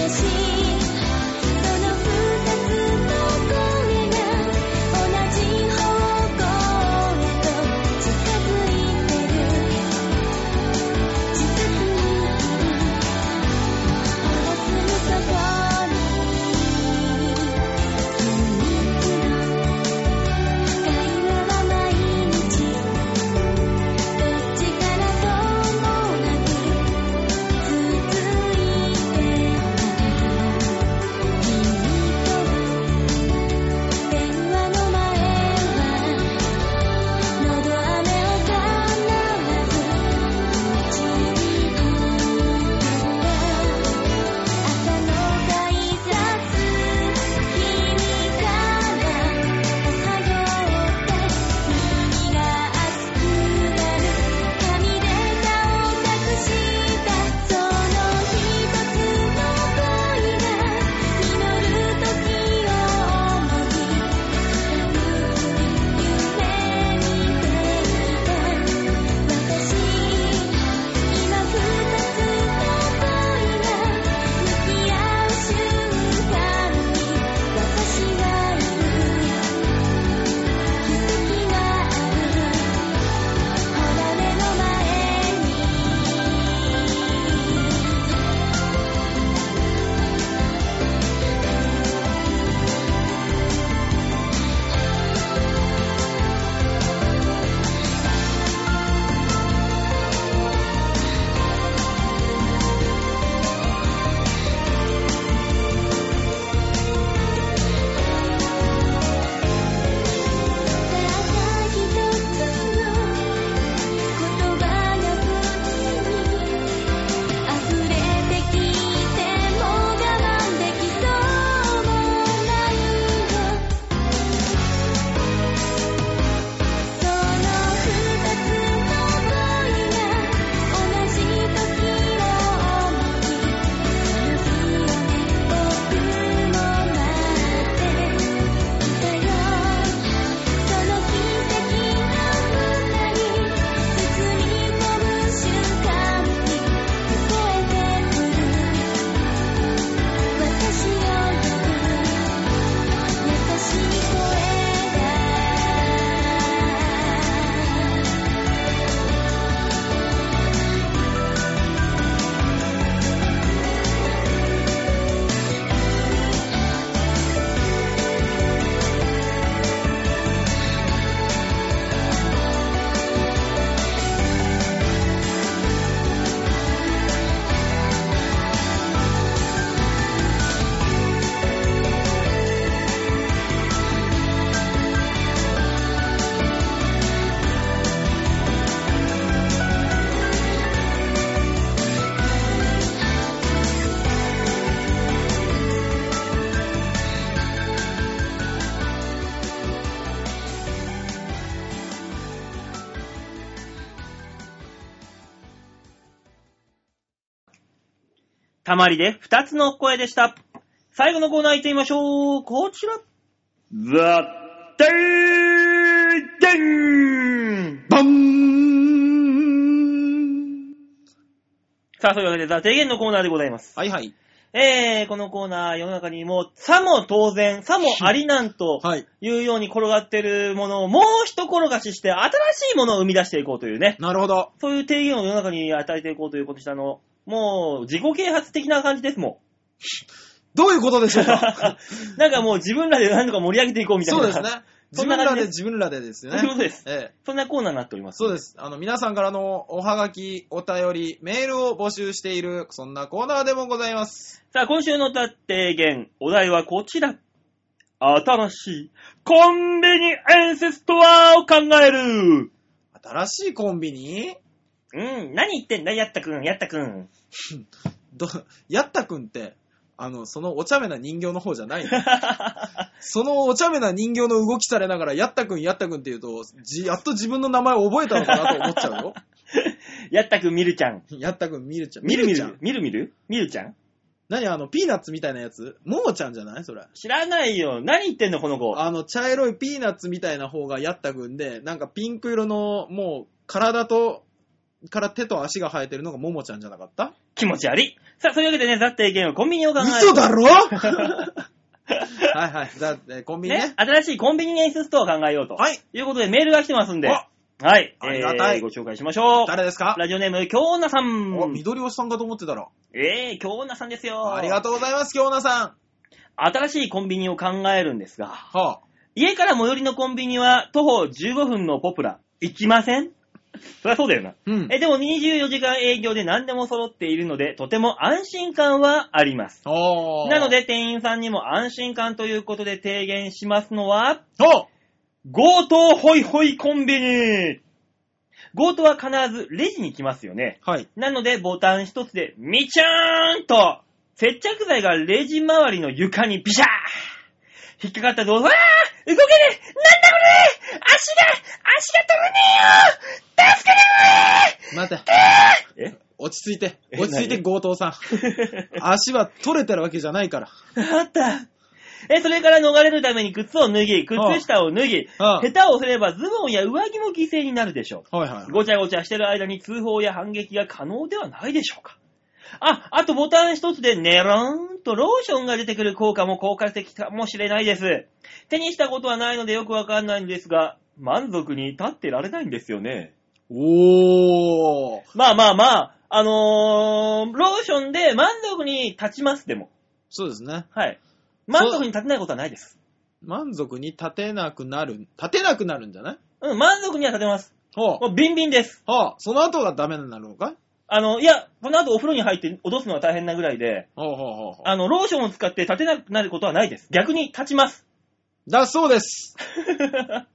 Speaker 2: たまりで二つの声でした。最後のコーナー行ってみましょう。こちら。ザ・テーテン
Speaker 3: バン
Speaker 2: さあ、そういうわけで、ザ・提言のコーナーでございます。
Speaker 3: はいはい。
Speaker 2: えー、このコーナー、世の中にも、さも当然、さもありなんと
Speaker 3: はい。
Speaker 2: いうように転がってるものを、もう一転がしして、新しいものを生み出していこうというね。
Speaker 3: なるほど。
Speaker 2: そういう提言を世の中に与えていこうということでした。あの、もう、自己啓発的な感じです
Speaker 3: [LAUGHS]
Speaker 2: も。
Speaker 3: どういうことでしょうん [LAUGHS] か
Speaker 2: なんかもう自分らで何とか盛り上げていこうみたい
Speaker 3: そ
Speaker 2: な。
Speaker 3: うですね。自
Speaker 2: そん
Speaker 3: 分
Speaker 2: な
Speaker 3: ら
Speaker 2: 感
Speaker 3: で
Speaker 2: じ
Speaker 3: 自分らでですよね。
Speaker 2: そういうことです
Speaker 3: ええ。
Speaker 2: そんなコーナーになっております。
Speaker 3: そうです。あの、皆さんからのおはがき、お便り、メールを募集している、そんなコーナーでもございます。
Speaker 2: さあ、今週の達提言、お題はこちら。新しいコンビニエンスストアを考える。
Speaker 3: 新しいコンビニ
Speaker 2: うん、何言ってんだ、やったくん、やったくん。
Speaker 3: ど、やったくんって、あの、そのお茶目な人形の方じゃ [LAUGHS] ないのそのお茶目な人形の動きされながら、やったくん、やったくんって言うと、じやっと自分の名前を覚えたのかなと思っちゃう [LAUGHS] よ。
Speaker 2: やったくん、みるちゃん。
Speaker 3: やったくん、みるちゃん。
Speaker 2: みるみ
Speaker 3: ちゃん
Speaker 2: る、みるみるみるちゃん
Speaker 3: 何あの、ピーナッツみたいなやつももちゃんじゃないそれ。
Speaker 2: 知らないよ。何言ってんの、この子。
Speaker 3: あの、茶色いピーナッツみたいな方がやったくんで、なんかピンク色の、もう、体と、から手と足が生えてるのがももちゃんじゃなかった
Speaker 2: 気持ち悪い。さあ、そういうわけでね、ザ・提言をコンビニを考える。
Speaker 3: 嘘だろはいはい。だって、コンビニ
Speaker 2: ね
Speaker 3: ね。、
Speaker 2: 新しいコンビニエンスストアを考えようと。
Speaker 3: はい。
Speaker 2: いうことで、メールが来てますんで。
Speaker 3: あ
Speaker 2: はい。
Speaker 3: ありがたい
Speaker 2: えーご紹介しましょう。
Speaker 3: 誰ですか
Speaker 2: ラジオネーム、京女さん。
Speaker 3: お、緑推しさんかと思ってたら。
Speaker 2: えー、京女さんですよ。
Speaker 3: ありがとうございます、京奈さん。
Speaker 2: 新しいコンビニを考えるんですが、
Speaker 3: は
Speaker 2: 家から最寄りのコンビニは徒歩15分のポプラ、行きません [LAUGHS] そりゃそうだよな。
Speaker 3: うん
Speaker 2: え、でも24時間営業で何でも揃っているので、とても安心感はあります。
Speaker 3: あ。おー
Speaker 2: なの、で店員さんにも安心感ということで提言しますのは、
Speaker 3: お
Speaker 2: 強盗ホイホイコンビニ強盗は必ずレジに来ますよね。
Speaker 3: はい。
Speaker 2: なので、ボタン一つで、みちゃーんと、接着剤がレジ周りの床にビシャー引っかかったぞ、わー動けねえなんだこれ足が、足が取れね
Speaker 3: 待て。
Speaker 2: えよ
Speaker 3: 落ち着いて。
Speaker 2: え
Speaker 3: 落ち着いて、
Speaker 2: 何
Speaker 3: 強盗
Speaker 2: [LAUGHS]
Speaker 3: さん。足は取れてるわけじゃないから。
Speaker 2: えあったえ、それから逃れるために靴を脱ぎ、靴下を脱ぎ、
Speaker 3: ああ
Speaker 2: 下手をすればズボンや上着も犠牲になるでしょう。
Speaker 3: はいはい。
Speaker 2: ごちゃごちゃしてる間に通報や反撃が可能ではないでしょうか。あ、あとボタン一つでネローンとローションが出てくる効果も効果的かもしれないです。手にしたことはないのでよくわかんないのですが、満足に立ってられないんですよね。
Speaker 3: おー。
Speaker 2: まあまあまあ、あのー、ローションで満足に立ちますでも。
Speaker 3: そうですね。
Speaker 2: はい。満足に立てないことはないです。
Speaker 3: 満足に立てなくなる。立てなくなるんじゃない
Speaker 2: うん、満足には立てます。
Speaker 3: ほう
Speaker 2: も。うビンビンです。
Speaker 3: はあ、その後がダメになるのかい
Speaker 2: あの、いや、この後お風呂に入って落とすのは大変なぐらいで、
Speaker 3: ほうほうほうほ
Speaker 2: あの、ローションを使って立てなくなることはないです。逆に立ちます。
Speaker 3: う。だそ
Speaker 2: [LAUGHS]
Speaker 3: うです。頑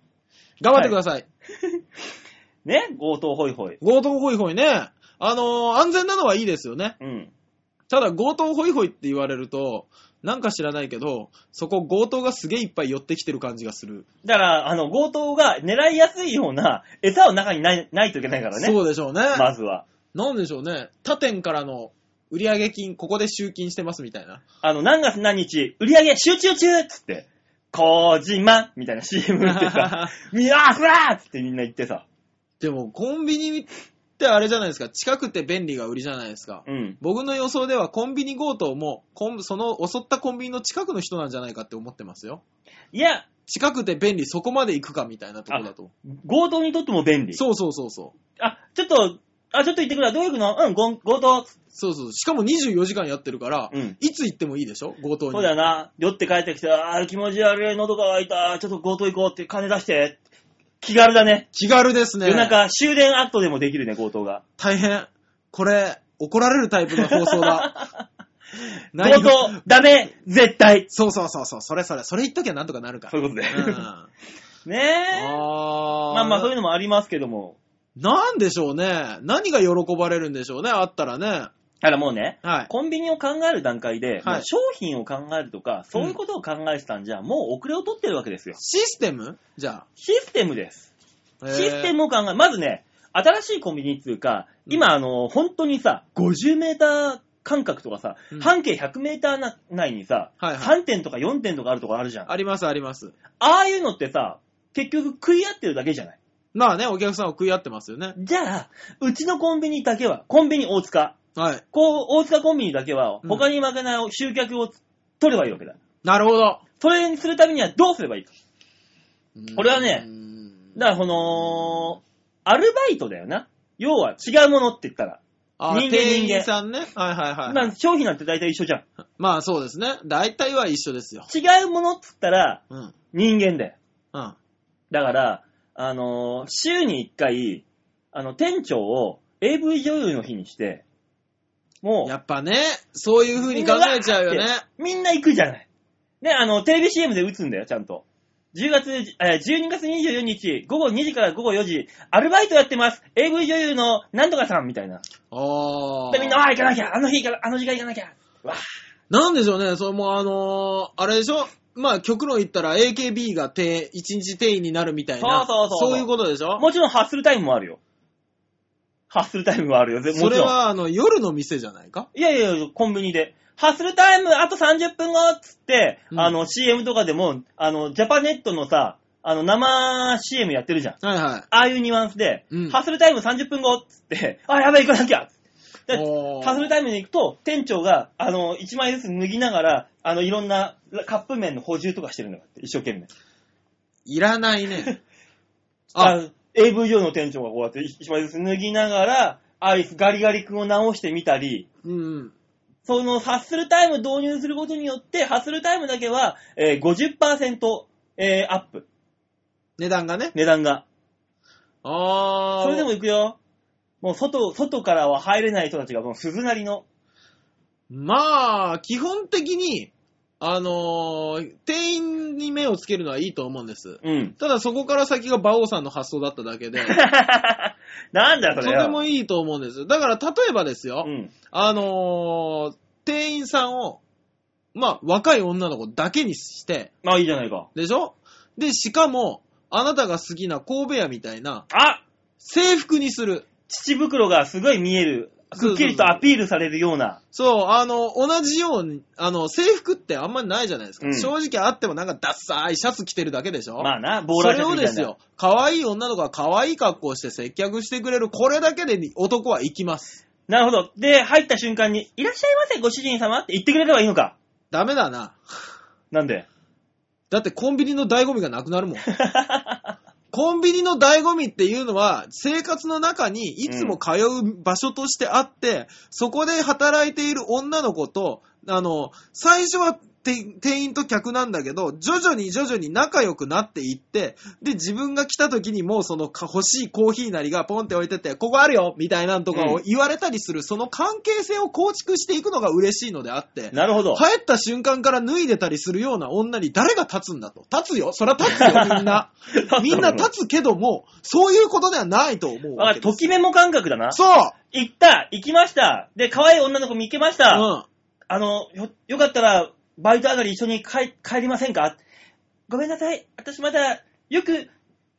Speaker 3: 張ってください。
Speaker 2: ね強盗ホイホイ。
Speaker 3: 強盗ホイホイね。あのー安全なのはいいですよね。
Speaker 2: うん。
Speaker 3: ただ強盗ホイホイって言われると、なんか知らないけど、そこ強盗がすげえいっぱい寄ってきてる感じがする。
Speaker 2: だから、あの、強盗が狙いやすいような餌を中にないないといけないからね。
Speaker 3: そうでしょうね。
Speaker 2: まずは。
Speaker 3: なんでしょうね。他店からの売上金、ここで集金してますみたいな。
Speaker 2: あの、何月何日、売り上げ集中中っつって、小島みたいな CM 打ってさ、
Speaker 3: [LAUGHS]
Speaker 2: みやーすらーっつってみんな言ってさ。
Speaker 3: でも、コンビニってあれじゃないですか。近くて便利が売りじゃないですか。
Speaker 2: うん。
Speaker 3: 僕の予想ではコンビニ強盗もコン、その襲ったコンビニの近くの人なんじゃないかって思ってますよ。
Speaker 2: いや、
Speaker 3: 近くて便利、そこまで行くかみたいなとこだと。
Speaker 2: 強盗にとっても便利。
Speaker 3: そうそうそうそう。
Speaker 2: あ、ちょっと、あ、ちょっと言ってくれ。どういうのうん、ご強盗っつって。
Speaker 3: そうそう。しかも24時間やってるから、
Speaker 2: うん
Speaker 3: いつ行ってもいいでしょ強盗に。
Speaker 2: そうだよな。酔って帰ってきて、あー気持ち悪い、喉が渇いた、ちょっと強盗行こうって金出して。気軽だね。
Speaker 3: 気軽ですね。
Speaker 2: 夜中、終電アットでもできるね、強盗が。
Speaker 3: 大変。これ、怒られるタイプの放送だ。何
Speaker 2: [LAUGHS] 強
Speaker 3: が
Speaker 2: 盗、ダメ、絶対。
Speaker 3: そうそうそうそう、それそれ、それ言っときゃなんとかなるか
Speaker 2: そう
Speaker 3: ら。
Speaker 2: いうことで。
Speaker 3: う
Speaker 2: ね
Speaker 3: ん、あ
Speaker 2: え。[LAUGHS]
Speaker 3: ー
Speaker 2: まあまあ、そういうのもありますけども。
Speaker 3: なんでしょうね。何が喜ばれるんでしょうね、あったらね。
Speaker 2: だからもうね、
Speaker 3: はい。
Speaker 2: コンビニを考える段階で、
Speaker 3: い
Speaker 2: もう商品を考えるとか、そういうことを考えてたんじゃ、もう遅れを取ってるわけですよ。
Speaker 3: システムじゃ
Speaker 2: システムです。
Speaker 3: あ。
Speaker 2: システ
Speaker 3: ム
Speaker 2: ムを考え、まずね、新しいコンビニっていうか、今、あの、本当にさ、50メーター間隔とかさ、
Speaker 3: うん
Speaker 2: 半径100メーターな内にさ、
Speaker 3: はいはい
Speaker 2: 3点とか4点とかあるとこあるじゃん。あ
Speaker 3: ありますあります。
Speaker 2: あいうのってさ、結局食い合ってるだけじゃない。
Speaker 3: まあね、お客さんを食い合ってますよね。
Speaker 2: じゃあ、うちのコンビニだけは、コンビニ大塚。
Speaker 3: はい。
Speaker 2: こう、大塚コンビニだけは、
Speaker 3: うん
Speaker 2: 他に負けない集客を取ればいいわけだ。
Speaker 3: なるほど。
Speaker 2: それにするためにはどうすればいいか。これはね
Speaker 3: うーん、
Speaker 2: だから、その、アルバイトだよな。要は違うものって言ったら。
Speaker 3: あ
Speaker 2: 人間
Speaker 3: 店
Speaker 2: 人間
Speaker 3: 員さんね。はいはいはい。
Speaker 2: まあ、商品なんて大体一緒じゃん。
Speaker 3: まあそうですね。大体は一緒ですよ。
Speaker 2: 違うものって言ったら、
Speaker 3: うん。
Speaker 2: 人間だよ。
Speaker 3: うん。
Speaker 2: だから、あのー週に1回、あの、店長を AV 女優の日にして、も
Speaker 3: や
Speaker 2: う、
Speaker 3: っぱね、そういう風に考えちゃうよね。
Speaker 2: みんな行くじゃない。ね、あの、テレビ CM で打つんだよ、ちゃんと。10月、えー12月24日、午後2時から午後4時、アルバイトやってます !AV 女優のなんとかさんみたいな。
Speaker 3: あ
Speaker 2: で、みんな、
Speaker 3: あ。
Speaker 2: ああ、行かなきゃあの日から、あの時間行かなきゃわあ
Speaker 3: なんでしょうね、それもうあのーあれでしょまあ極論言ったら AKB が定、一日定員になるみたいな。
Speaker 2: そうそうそう
Speaker 3: そういうことでしょ
Speaker 2: もちろんハッスルタイムもあるよ。ハッスルタイムもあるよ、ぜもち
Speaker 3: それ
Speaker 2: ろん。
Speaker 3: はあの夜の店じゃないか
Speaker 2: いやいやいや、コンビニで。ハッスルタイムあと30分後っつって、
Speaker 3: うん
Speaker 2: あの CM とかでも、あの、ジャパネットのさ、あの、生 CM やってるじゃん。あ
Speaker 3: はいはい。
Speaker 2: あいうニュアンスで、
Speaker 3: うん
Speaker 2: ハッスルタイム30分後っつって、 [LAUGHS] あ、やばい行かなきゃで
Speaker 3: おー
Speaker 2: ハッスルタイムに行くと、店長が、あの、1枚ずつ脱ぎながら、あの、いろんなカップ麺の補充とかしてるんだって、一生懸命。
Speaker 3: いらない
Speaker 2: [LAUGHS]
Speaker 3: ね。
Speaker 2: あ
Speaker 3: あ、
Speaker 2: AV 上の店長がこうやって一枚ずつ脱ぎながら、アイスガリガリ君を直してみたり、
Speaker 3: うん。
Speaker 2: そのハッスルタイム導入することによって、ハッスルタイムだけは、えー50%、えーアップ、
Speaker 3: 値段がね。
Speaker 2: 値段が。
Speaker 3: ああ。
Speaker 2: それでも行くよ。もう外、外からは入れない人たちが、もう鈴なりの。
Speaker 3: まあ、基本的に、あのー店員に目をつけるのはいいと思うんです。
Speaker 2: うん。
Speaker 3: ただそこから先が馬王さんの発想だっただけで、
Speaker 2: [LAUGHS] なんだよ
Speaker 3: と
Speaker 2: それよ。
Speaker 3: てもいいと思うんです。だから例えばですよ、
Speaker 2: うん。
Speaker 3: あのー店員さんを、まあ、若い女の子だけにして、
Speaker 2: まあいいじゃないか。
Speaker 3: でしょで、しかも、あなたが好きな神戸屋みたいな
Speaker 2: あ
Speaker 3: 制服にする。
Speaker 2: 乳袋がすごい見える。
Speaker 3: そうそうそ
Speaker 2: く
Speaker 3: う
Speaker 2: っきりとアピールされるような。
Speaker 3: そう、あの、同じように、あの、制服ってあんまりないじゃないですか。
Speaker 2: うん
Speaker 3: 正直あってもなんかダッサいシャツ着てるだけでしょ
Speaker 2: まあな、ボー
Speaker 3: そ
Speaker 2: ラーシ
Speaker 3: れ
Speaker 2: ャツ
Speaker 3: を
Speaker 2: みたい
Speaker 3: で
Speaker 2: な
Speaker 3: すよ、可愛い女の子が可愛い格好をして接客してくれる、これだけで男は行きます。
Speaker 2: なるほど。で、入った瞬間に、いらっしゃいませ、ご主人様って言ってくれればいいのか。
Speaker 3: ダメだな。
Speaker 2: なん
Speaker 3: [LAUGHS]
Speaker 2: で
Speaker 3: だってコンビニの醍醐味がなくなるもん。コンビニの醍醐味っていうのは、生活の中にいつも通う場所としてあって、そこで働いている女の子と、あの、最初はて店員と客なんだけど、徐々に徐々に仲良くなっていって、で、自分が来た時にもうそのか欲しいコーヒーなりがポンって置いてて、ここあるよみたいなんとかを
Speaker 2: うん
Speaker 3: 言われたりする、その関係性を構築していくのが嬉しいのであって、
Speaker 2: なるほど。
Speaker 3: 帰った瞬間から脱いでたりするような女に誰が立つんだと。立つよ。そりゃ立つよ、みんな。
Speaker 2: [LAUGHS]
Speaker 3: みんな立つけども、そういうことではないと思うわ
Speaker 2: あ、
Speaker 3: けで
Speaker 2: と
Speaker 3: す。
Speaker 2: きメモ感覚だな。
Speaker 3: そう、う
Speaker 2: 行った、行きました。で、可愛い女の子見つけました。
Speaker 3: ん、
Speaker 2: あの、よ、よかったら、バイト上がり一緒に帰、帰りませんかごめんなさい。私まだ、よく、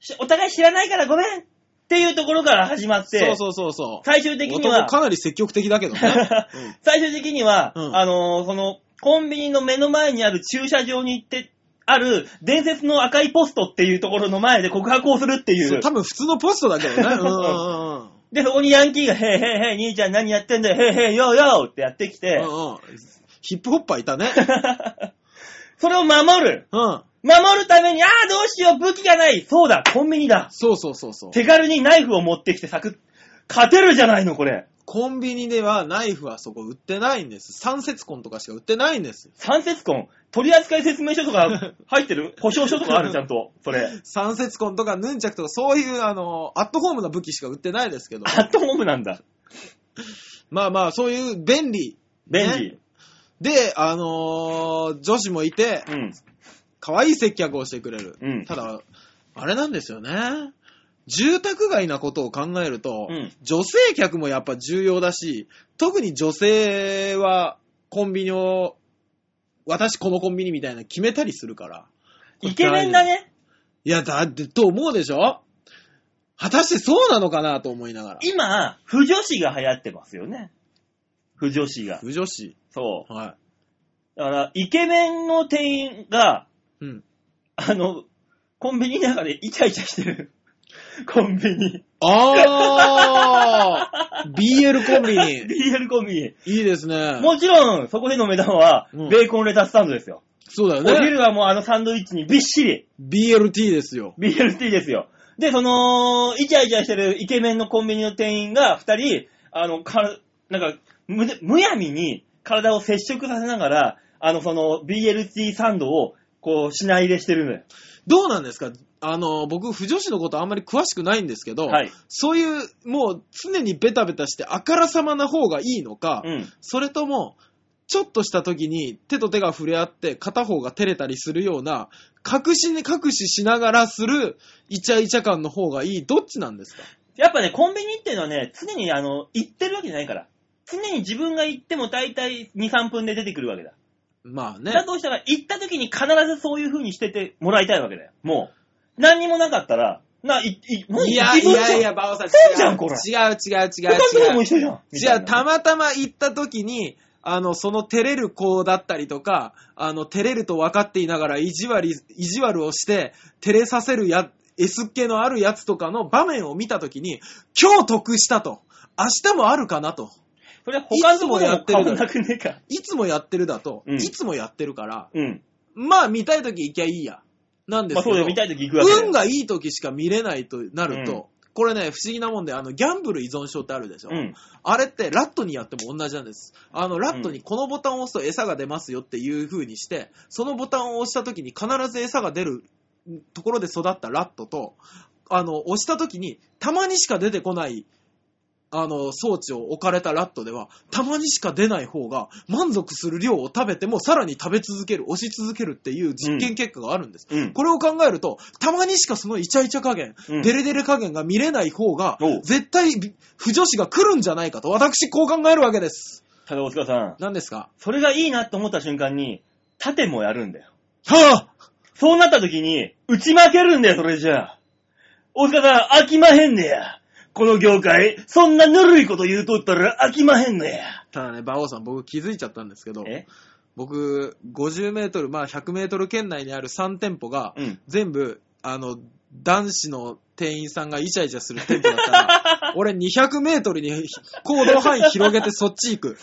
Speaker 2: しお互い知らないからごめんっていうところから始まって、
Speaker 3: そうそうそうそう。
Speaker 2: 最終的には
Speaker 3: 男、かなり積極的だけどね。
Speaker 2: [LAUGHS] 最終的には、
Speaker 3: うん
Speaker 2: あのーその、コンビニの目の前にある駐車場に行って、ある伝説の赤いポストっていうところの前で告白をするってい。
Speaker 3: そうう多分普通のポストだけどね。うんうんうん
Speaker 2: で、そこにヤンキーが、へいへいへい、兄ちゃん何やってんだよ、へいへい、よーよーってやってきて、
Speaker 3: うんうんヒップホッパーいたね。
Speaker 2: [LAUGHS] それを守る。
Speaker 3: うん。
Speaker 2: 守るために、ああ、どうしよう、武器がない。そうだ、コンビニだ。
Speaker 3: そうそうそうそう。
Speaker 2: 手軽にナイフを持ってきてサクッ。勝てるじゃないの、これ。
Speaker 3: コンビニではナイフはそこ売ってないんです。三節痕とかしか売ってないんです。
Speaker 2: 三節痕。取扱説明書と
Speaker 3: [LAUGHS]
Speaker 2: か入ってる保証書とかある、ちゃんと。それ。
Speaker 3: 三節痕とかヌンチャクとかそういうあの、アットホームな武器しか売ってないですけど。
Speaker 2: アットホームなんだ。
Speaker 3: まあまあ、そういう便利。
Speaker 2: 便
Speaker 3: ね
Speaker 2: 利。
Speaker 3: で、あのー女子もいて、
Speaker 2: うん。
Speaker 3: 可愛い接客をしてくれる。
Speaker 2: うん
Speaker 3: ただ、あれなんですよね。住宅街なことを考えると、
Speaker 2: うん
Speaker 3: 女性客もやっぱ重要だし、特に女性はコンビニを、私このコンビニみたいなの決めたりするから。
Speaker 2: イケメンだね。
Speaker 3: いや、だってと思うでしょ果たしてそうなのかなと思いながら。
Speaker 2: 今、不女子が流行ってますよね。不女子が。
Speaker 3: 不女子。
Speaker 2: そう。
Speaker 3: は
Speaker 2: だから、イケメンの店員が、
Speaker 3: い。うん。
Speaker 2: あの、コンビニの中でイチャイチャしてる。コンビニ。
Speaker 3: あ
Speaker 2: [LAUGHS]
Speaker 3: ー !BL コンビニ。
Speaker 2: BL コンビ
Speaker 3: いいですね
Speaker 2: ニ。。もちろん、そこでの目玉は、
Speaker 3: うん
Speaker 2: ベーコンレタスサンドですよ。
Speaker 3: そうだよ
Speaker 2: お
Speaker 3: ね。
Speaker 2: 昼はもうあのサンドイッチにびっしり、
Speaker 3: BLT ですよ。
Speaker 2: BLT ですよ。で、その、イチャイチャしてるイケメンのコンビニの店員が、二人、あの、か、なんか、む、むやみに体を接触させながら、あの、その、BLT サンドを、こう、品入れしてるのよ。
Speaker 3: どうなんですかあの、僕、不女子のことあんまり詳しくないんですけど、
Speaker 2: はい
Speaker 3: そういう、もう常にベタベタしてあからさまな方がいいのか、
Speaker 2: うん。
Speaker 3: それとも、ちょっとした時に手と手が触れ合って片方が照れたりするような、隠しに隠ししながらするイチャイチャ感の方がいい、どっちなんですか
Speaker 2: やっぱね、コンビニっていうのはね、常にあの、行ってるわけじゃないから。常に自分が行っても大体2、3分で出てくるわけだ。
Speaker 3: まあ
Speaker 2: だ
Speaker 3: ね。
Speaker 2: としたら、行った時に必ずそういう風にしててもらいたいわけだよ。もう。何にもなかったら、な、い、い、もう
Speaker 3: いやい
Speaker 2: 自分じゃん
Speaker 3: やいや、バオさん、違
Speaker 2: そう
Speaker 3: う
Speaker 2: じゃんこれ
Speaker 3: 違う違う違
Speaker 2: 布団とか
Speaker 3: う違
Speaker 2: も
Speaker 3: う。
Speaker 2: 一緒じゃん。
Speaker 3: じゃあ、
Speaker 2: みい
Speaker 3: た
Speaker 2: な
Speaker 3: またま行った時に、あの、その照れる子だったりとか、あの、照れると分かっていながら意地悪い、意地悪をして、照れさせるや、S っ気のあるやつとかの場面を見た時に、今日得したと。明日もあるかなと。
Speaker 2: それは他のところ
Speaker 3: い
Speaker 2: も
Speaker 3: つもや
Speaker 2: 変
Speaker 3: って
Speaker 2: わ
Speaker 3: る
Speaker 2: んなくねえか。
Speaker 3: いつもやってるだと、
Speaker 2: うん
Speaker 3: いつもやってるから、
Speaker 2: うん。
Speaker 3: まあ見たい時行きゃいいや。なんで
Speaker 2: ますあ
Speaker 3: け
Speaker 2: そうだ
Speaker 3: ど、
Speaker 2: よ、見たい時行くわけだよ。
Speaker 3: 運がいい時しか見れないとなる
Speaker 2: うん
Speaker 3: と、これね、不思議なもんで、あの、ギャンブル依存症ってあるでしょ。
Speaker 2: うん。
Speaker 3: あれってラットにやっても同じなんです。あの、ラットにこのボタンを押すと餌が出ますよっていう風にして、そのボタンを押した時に必ず餌が出るところで育ったラットと、あの、押した時にたまにしか出てこない、あの、装置を置かれたラットでは、たまにしか出ない方が満足する量を食べてもさらに食べ続ける、押し続けるっていう実験結果があるんです。
Speaker 2: うん。
Speaker 3: これを考えると、たまにしかそのイチャイチャ加減、
Speaker 2: うん
Speaker 3: デレデレ加減が見れない方が
Speaker 2: おう、
Speaker 3: 絶対、不女子が来るんじゃないかと、私こう考えるわけです。
Speaker 2: ただ、大塚さん、
Speaker 3: 何ですか
Speaker 2: それがいいなと思った瞬間に、縦もやるんだよ。
Speaker 3: はぁ
Speaker 2: そうなった時に、打ち負けるんだよ、それじゃあ。大塚さん、飽きまへんねや。この業界、そんなぬるいこと言うとったら飽きまへんねや。
Speaker 3: ただね、馬王さん、僕気づいちゃったんですけど、
Speaker 2: え
Speaker 3: 僕、50メートル、まあ100メートル圏内にある3店舗が、
Speaker 2: うん。
Speaker 3: 全部、あの、男子の店員さんがイチャイチャする店舗だった
Speaker 2: [LAUGHS]
Speaker 3: ら、俺200メートルに行動範囲広げてそっち行く。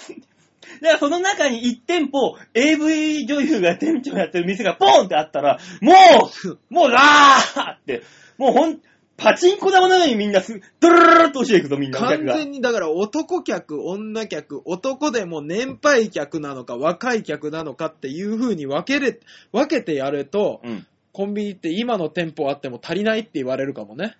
Speaker 2: だからその中に1店舗、AV 女優が店長やってる店がポーンってあったら、もう、もう、あーって、もうほん、パチンコ玉のようにみんなす、ドゥルルルルっと押していくぞ、みんな、お客
Speaker 3: 完
Speaker 2: が。
Speaker 3: 全にだから男客、女客、男でも年配客なのか若い客なのかっていう風に分けれ、分けてやると、
Speaker 2: うん。
Speaker 3: コンビニって今の店舗あっても足りないって言われるかもね。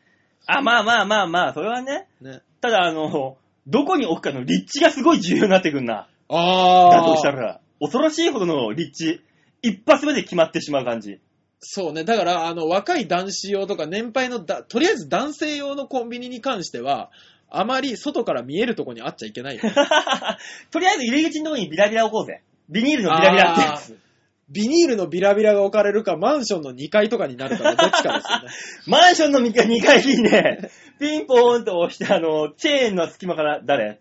Speaker 2: あ、まあまあまあまあ、それはね。
Speaker 3: ね。
Speaker 2: ただ、あの、どこに置くかの立地がすごい重要になってくんな。
Speaker 3: あ
Speaker 2: だとしたら、恐ろしいほどの立地、一発目で決まってしまう感じ。 [LAUGHS]
Speaker 3: そうね。だから、あの、若い男子用とか年配のだ、とりあえず男性用のコンビニに関しては、あまり外から見えるとこにあっちゃい
Speaker 2: [LAUGHS]
Speaker 3: けないよ。
Speaker 2: とりあえず入り口のとこにビラビラ置こうぜ。ビニールのビラビラってやつ。
Speaker 3: ビニールのビラビラが置かれるか、マンションの2階とかになるから、どっちかですよね。
Speaker 2: マンションの2階二階にね、ピンポーンと押して、あの、チェーンの隙間から、誰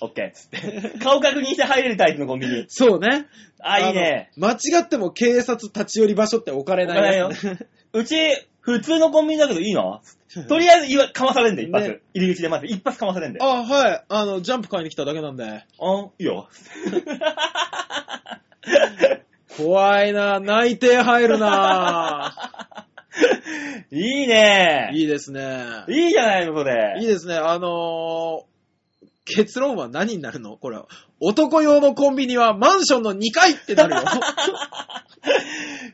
Speaker 2: オッケーっつって。顔確認して入れるタイプのコンビニ。 [LAUGHS]
Speaker 3: そうね。
Speaker 2: あ、いいね。
Speaker 3: あの。間違っても警察立ち寄り場所って置かれないやつね
Speaker 2: うち、普通のコンビニだけどいいのとりあえず言わ、かまされんで、一発。
Speaker 3: ね
Speaker 2: 入り口でまず、一発かまされんで。あ、
Speaker 3: [LAUGHS] あ、はい。あの、ジャンプ買いに来ただけなんで。
Speaker 2: いいよ。
Speaker 3: 怖いな内定入
Speaker 2: [LAUGHS]
Speaker 3: るない
Speaker 2: いね
Speaker 3: いいですね。
Speaker 2: いいじゃないの、それ。
Speaker 3: いいですね。あのー結論は何になるのこれ。男用のコンビニはマンションの2階っ
Speaker 2: [LAUGHS]
Speaker 3: てなるよ。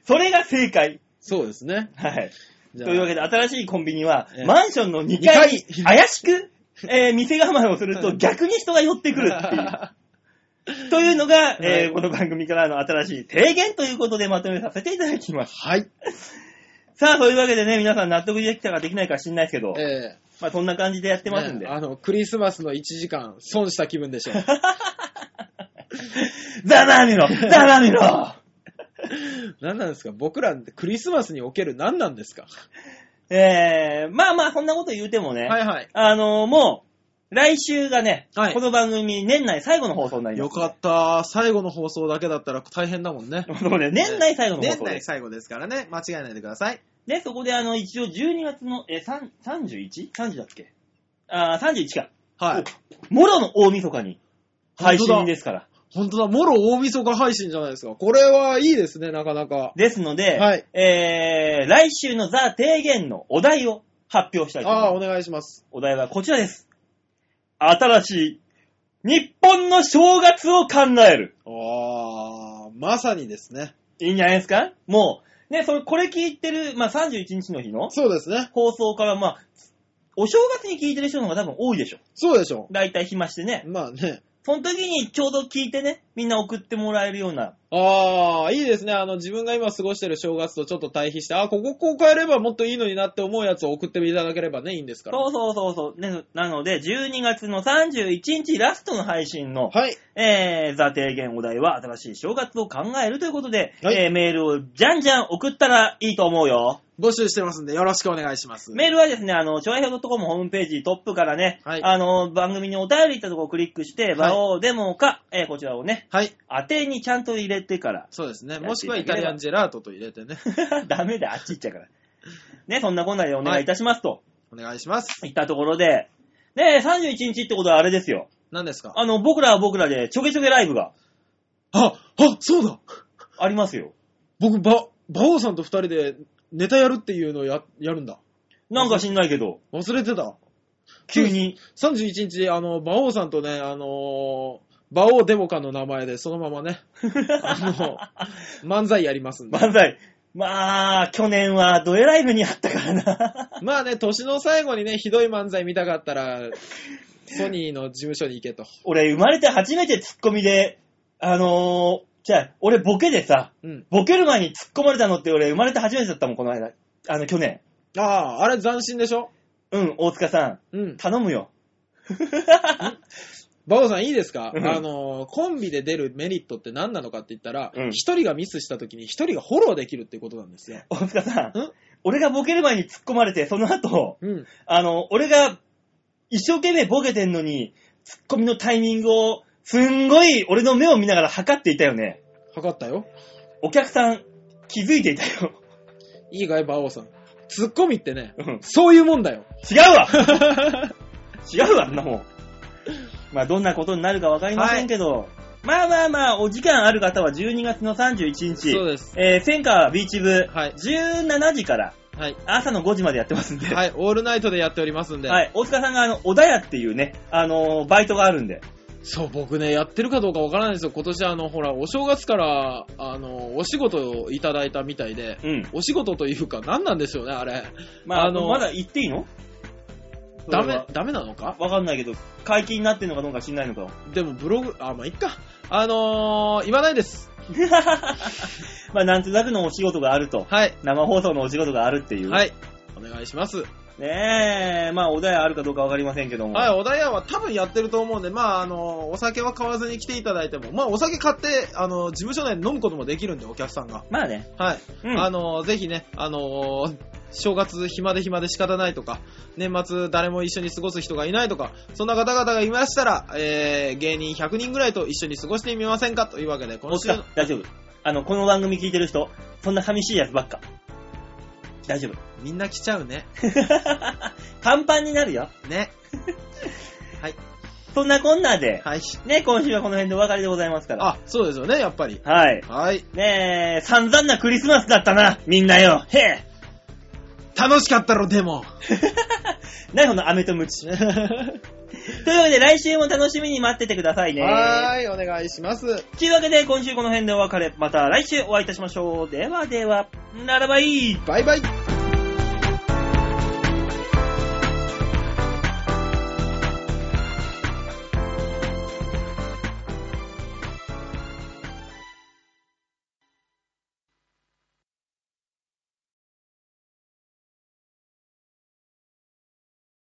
Speaker 2: それが正解。
Speaker 3: そうですね。
Speaker 2: はい。
Speaker 3: じゃあ
Speaker 2: というわけで、新しいコンビニは
Speaker 3: ええ、
Speaker 2: マンションの2階に
Speaker 3: 二階
Speaker 2: 怪し
Speaker 3: [LAUGHS]
Speaker 2: く、えー店構えをすると逆に人が寄ってくるって
Speaker 3: [LAUGHS]
Speaker 2: いう。というのが、えーこの番組からの新しい提言ということでまとめさせていただきます。
Speaker 3: はい。
Speaker 2: さあ、そういうわけでね、皆さん納得できたかできないか知んないですけど、
Speaker 3: え
Speaker 2: まあそんな感じでやっ
Speaker 3: ー
Speaker 2: てますんで
Speaker 3: ね。あの、クリスマスの1時間、損した気分でしょ
Speaker 2: [LAUGHS]
Speaker 3: う。
Speaker 2: ざまあみろざまあみ
Speaker 3: [LAUGHS]
Speaker 2: ろ
Speaker 3: 何なんですか僕ら、クリスマスにおける何なんですか
Speaker 2: えー、まあまあそんなこと言うてもね、
Speaker 3: はいはい。
Speaker 2: あのーも来週がね、
Speaker 3: はい
Speaker 2: この番組年内最後の放送になりま
Speaker 3: よ
Speaker 2: す。
Speaker 3: かった。最後の放送だけだったら大変だもんね。
Speaker 2: そうね、年内最後の放
Speaker 3: [LAUGHS] 年
Speaker 2: 送
Speaker 3: 内
Speaker 2: です。
Speaker 3: 最後ですからね。間違えないでください。
Speaker 2: で、そこであの、一応12月の、え、3 31?30 だっけあー、31か。
Speaker 3: はい。
Speaker 2: もろの大晦日に配信ですから。
Speaker 3: 本当だ、もろ大晦日配信じゃないですか。これはいいですね、なかなか。
Speaker 2: ですので、
Speaker 3: はい
Speaker 2: えー、来週のザ・提言のお題を発表したいと思いま
Speaker 3: ああ、
Speaker 2: す
Speaker 3: お。願いします。
Speaker 2: お題はこちらです。新しい日本の正月を考える。
Speaker 3: ああ、まさにですね。
Speaker 2: いいんじゃないですかもう、ね、それ、これ聞いてる、まあ、31日の日の
Speaker 3: そうですね。
Speaker 2: 放送から、まあ、お正月に聞いてる人の方が多分多いでしょ。
Speaker 3: そうでしょ
Speaker 2: 大体暇してね
Speaker 3: う。。まあね。
Speaker 2: その時にちょうど聞いてね、みんな送ってもらえるような。
Speaker 3: ああ、いいですね。あの、自分が今過ごしてる正月とちょっと対比して、あーこここう変えればもっといいのになって思うやつを送っていただければね、いいんですから。
Speaker 2: そうそうそうそう。ね、なので、12月の31日ラストの配信の、
Speaker 3: はい。
Speaker 2: えー、座提言お題は新しい正月を考えるということで、
Speaker 3: はい
Speaker 2: えー、メールをじゃんじゃん送ったらいいと思うよ。
Speaker 3: 募集してますんで、よろしくお願いします。
Speaker 2: メールはですね、あの、超愛評 .com ホームページトップからね、
Speaker 3: はい
Speaker 2: あの、番組にお便りったところをクリックして、
Speaker 3: い
Speaker 2: 場をデモか、えーこちらをね、
Speaker 3: はい。、
Speaker 2: 当てにちゃんと入れてから [LAUGHS]
Speaker 3: そうですね。もしくはイタリアンジェラートと入れてね、 [LAUGHS]
Speaker 2: ダメだ、あっち行っちゃうから。ね、そんなこんなでお願いいたしますと、
Speaker 3: お願いします。
Speaker 2: い、ったところで、で、31日ってことはあれですよ。
Speaker 3: 何ですか
Speaker 2: あの、僕らは僕らで、ちょげちょげライブが
Speaker 3: あ、あ、そうだ
Speaker 2: ありますよ。
Speaker 3: 僕、ば、馬王さんと二人でネタやるっていうのをや、やるんだ。
Speaker 2: なんか知んないけど、
Speaker 3: 忘れてた。
Speaker 2: 急
Speaker 3: [LAUGHS]
Speaker 2: に。
Speaker 3: 31日、あの、馬王さんとね、あのー馬王デモカの名前でそのまま [LAUGHS] ね、あの、漫才やりますんで。
Speaker 2: 漫才。まあ、去年はドエライブにあったからな。
Speaker 3: まあね、年の最後にね、ひどい漫才見たかったら、ソニーの事務所に行けと。
Speaker 2: 俺、生まれて初めてツッコミで、あのー、じゃあ、俺ボケでさ、
Speaker 3: うん。
Speaker 2: ボケる前に突っ込まれたのって俺、生まれて初めてだったもん、この間。あの、去年。
Speaker 3: ああ、あれ斬新でしょ
Speaker 2: うん、大塚さん、
Speaker 3: うん。
Speaker 2: 頼むよ。
Speaker 3: 馬王さんいいですか、
Speaker 2: うん
Speaker 3: あのー、コンビで出るメリットって何なのかって言ったら、一、
Speaker 2: うん
Speaker 3: 人がミスした時に一人がフォローできるってことなんですよ。
Speaker 2: [LAUGHS] 大塚さん、
Speaker 3: ん
Speaker 2: 俺がボケる前に突っ込まれて、その後、
Speaker 3: うん。
Speaker 2: あの、俺が一生懸命ボケてんのに、突っ込みのタイミングを、すんごい俺の目を見ながら測っていたよね。
Speaker 3: 測ったよ。
Speaker 2: お客さん、気づいていたよ。
Speaker 3: いいかい、馬王さん。ツッコミってね、
Speaker 2: うん
Speaker 3: そういうもんだよ。
Speaker 2: 違うわ違うわ、あんなもん。まあ、どんなことになるかわかりませんけど、まあまあまあ、お時間ある方は12月の31日、
Speaker 3: そうです。
Speaker 2: えー、戦火ビーチ部、
Speaker 3: はい
Speaker 2: 17時から
Speaker 3: はい。
Speaker 2: 朝の5時までやってますんで、
Speaker 3: はい、オールナイトでやっておりますんで。
Speaker 2: はい大塚さんが、あの、小田屋っていうね、あのーバイトがあるんで、
Speaker 3: そう、僕ね、やってるかどうかわからないんですよ。今年、あの、ほら、お正月から、あの、お仕事をいただいたみたいで、
Speaker 2: うん。
Speaker 3: お仕事というか、何なんでしょうね、あれ。
Speaker 2: まあ、
Speaker 3: あのー
Speaker 2: まだ行っていいの
Speaker 3: ダ
Speaker 2: それ
Speaker 3: メ
Speaker 2: は、
Speaker 3: ダメなのか
Speaker 2: わかんないけど、解禁になってんのかどうか知んないのかを。
Speaker 3: [LAUGHS] でも、ブログ、あ、まあ、いっか。あのー、言わないです。
Speaker 2: まあ、なんとなくのお仕事があると。
Speaker 3: はい。
Speaker 2: 生放送のお仕事があるっていう。
Speaker 3: はい。お願いします。
Speaker 2: ねえ、まあ、お題あるかどうかわかりませんけども。
Speaker 3: はい、お題屋は多分やってると思うんで、まあ、あの、お酒は買わずに来ていただいても、まあ、お酒買って、あの、事務所内で飲むこともできるんで、お客さんが。
Speaker 2: まあね。
Speaker 3: はい。
Speaker 2: うん。
Speaker 3: あの、ぜひね、あのー正月暇で暇で仕方ないとか、年末誰も一緒に過ごす人がいないとか、そんな方々がいましたら、えー、芸人100人ぐらいと一緒に過ごしてみませんかというわけで、今
Speaker 2: 大
Speaker 3: 週の
Speaker 2: 塚、大丈夫。あの、この番組聞いてる人、そんな寂しいやつばっか。大丈夫。 [LAUGHS]
Speaker 3: みんな来ちゃうね。
Speaker 2: パンパンになるよ。
Speaker 3: ね。
Speaker 2: そんなこんなで、
Speaker 3: はい。
Speaker 2: ね、今週はこの辺でお別れでございますから。
Speaker 3: あ、そうですよね、やっぱり。
Speaker 2: はい。
Speaker 3: はい。
Speaker 2: ねえ、散々なクリスマスだったな、みんなよ。へえ。
Speaker 3: 楽しかったろ、でも。
Speaker 2: なにこの飴とムチ。 [LAUGHS] というわけで来週も楽しみに待っててくださいね。
Speaker 3: はーい、お願いします。
Speaker 2: というわけで今週この辺でお別れ。また来週お会いいたしましょう。ではでは、ならばいい。
Speaker 3: バイバイ。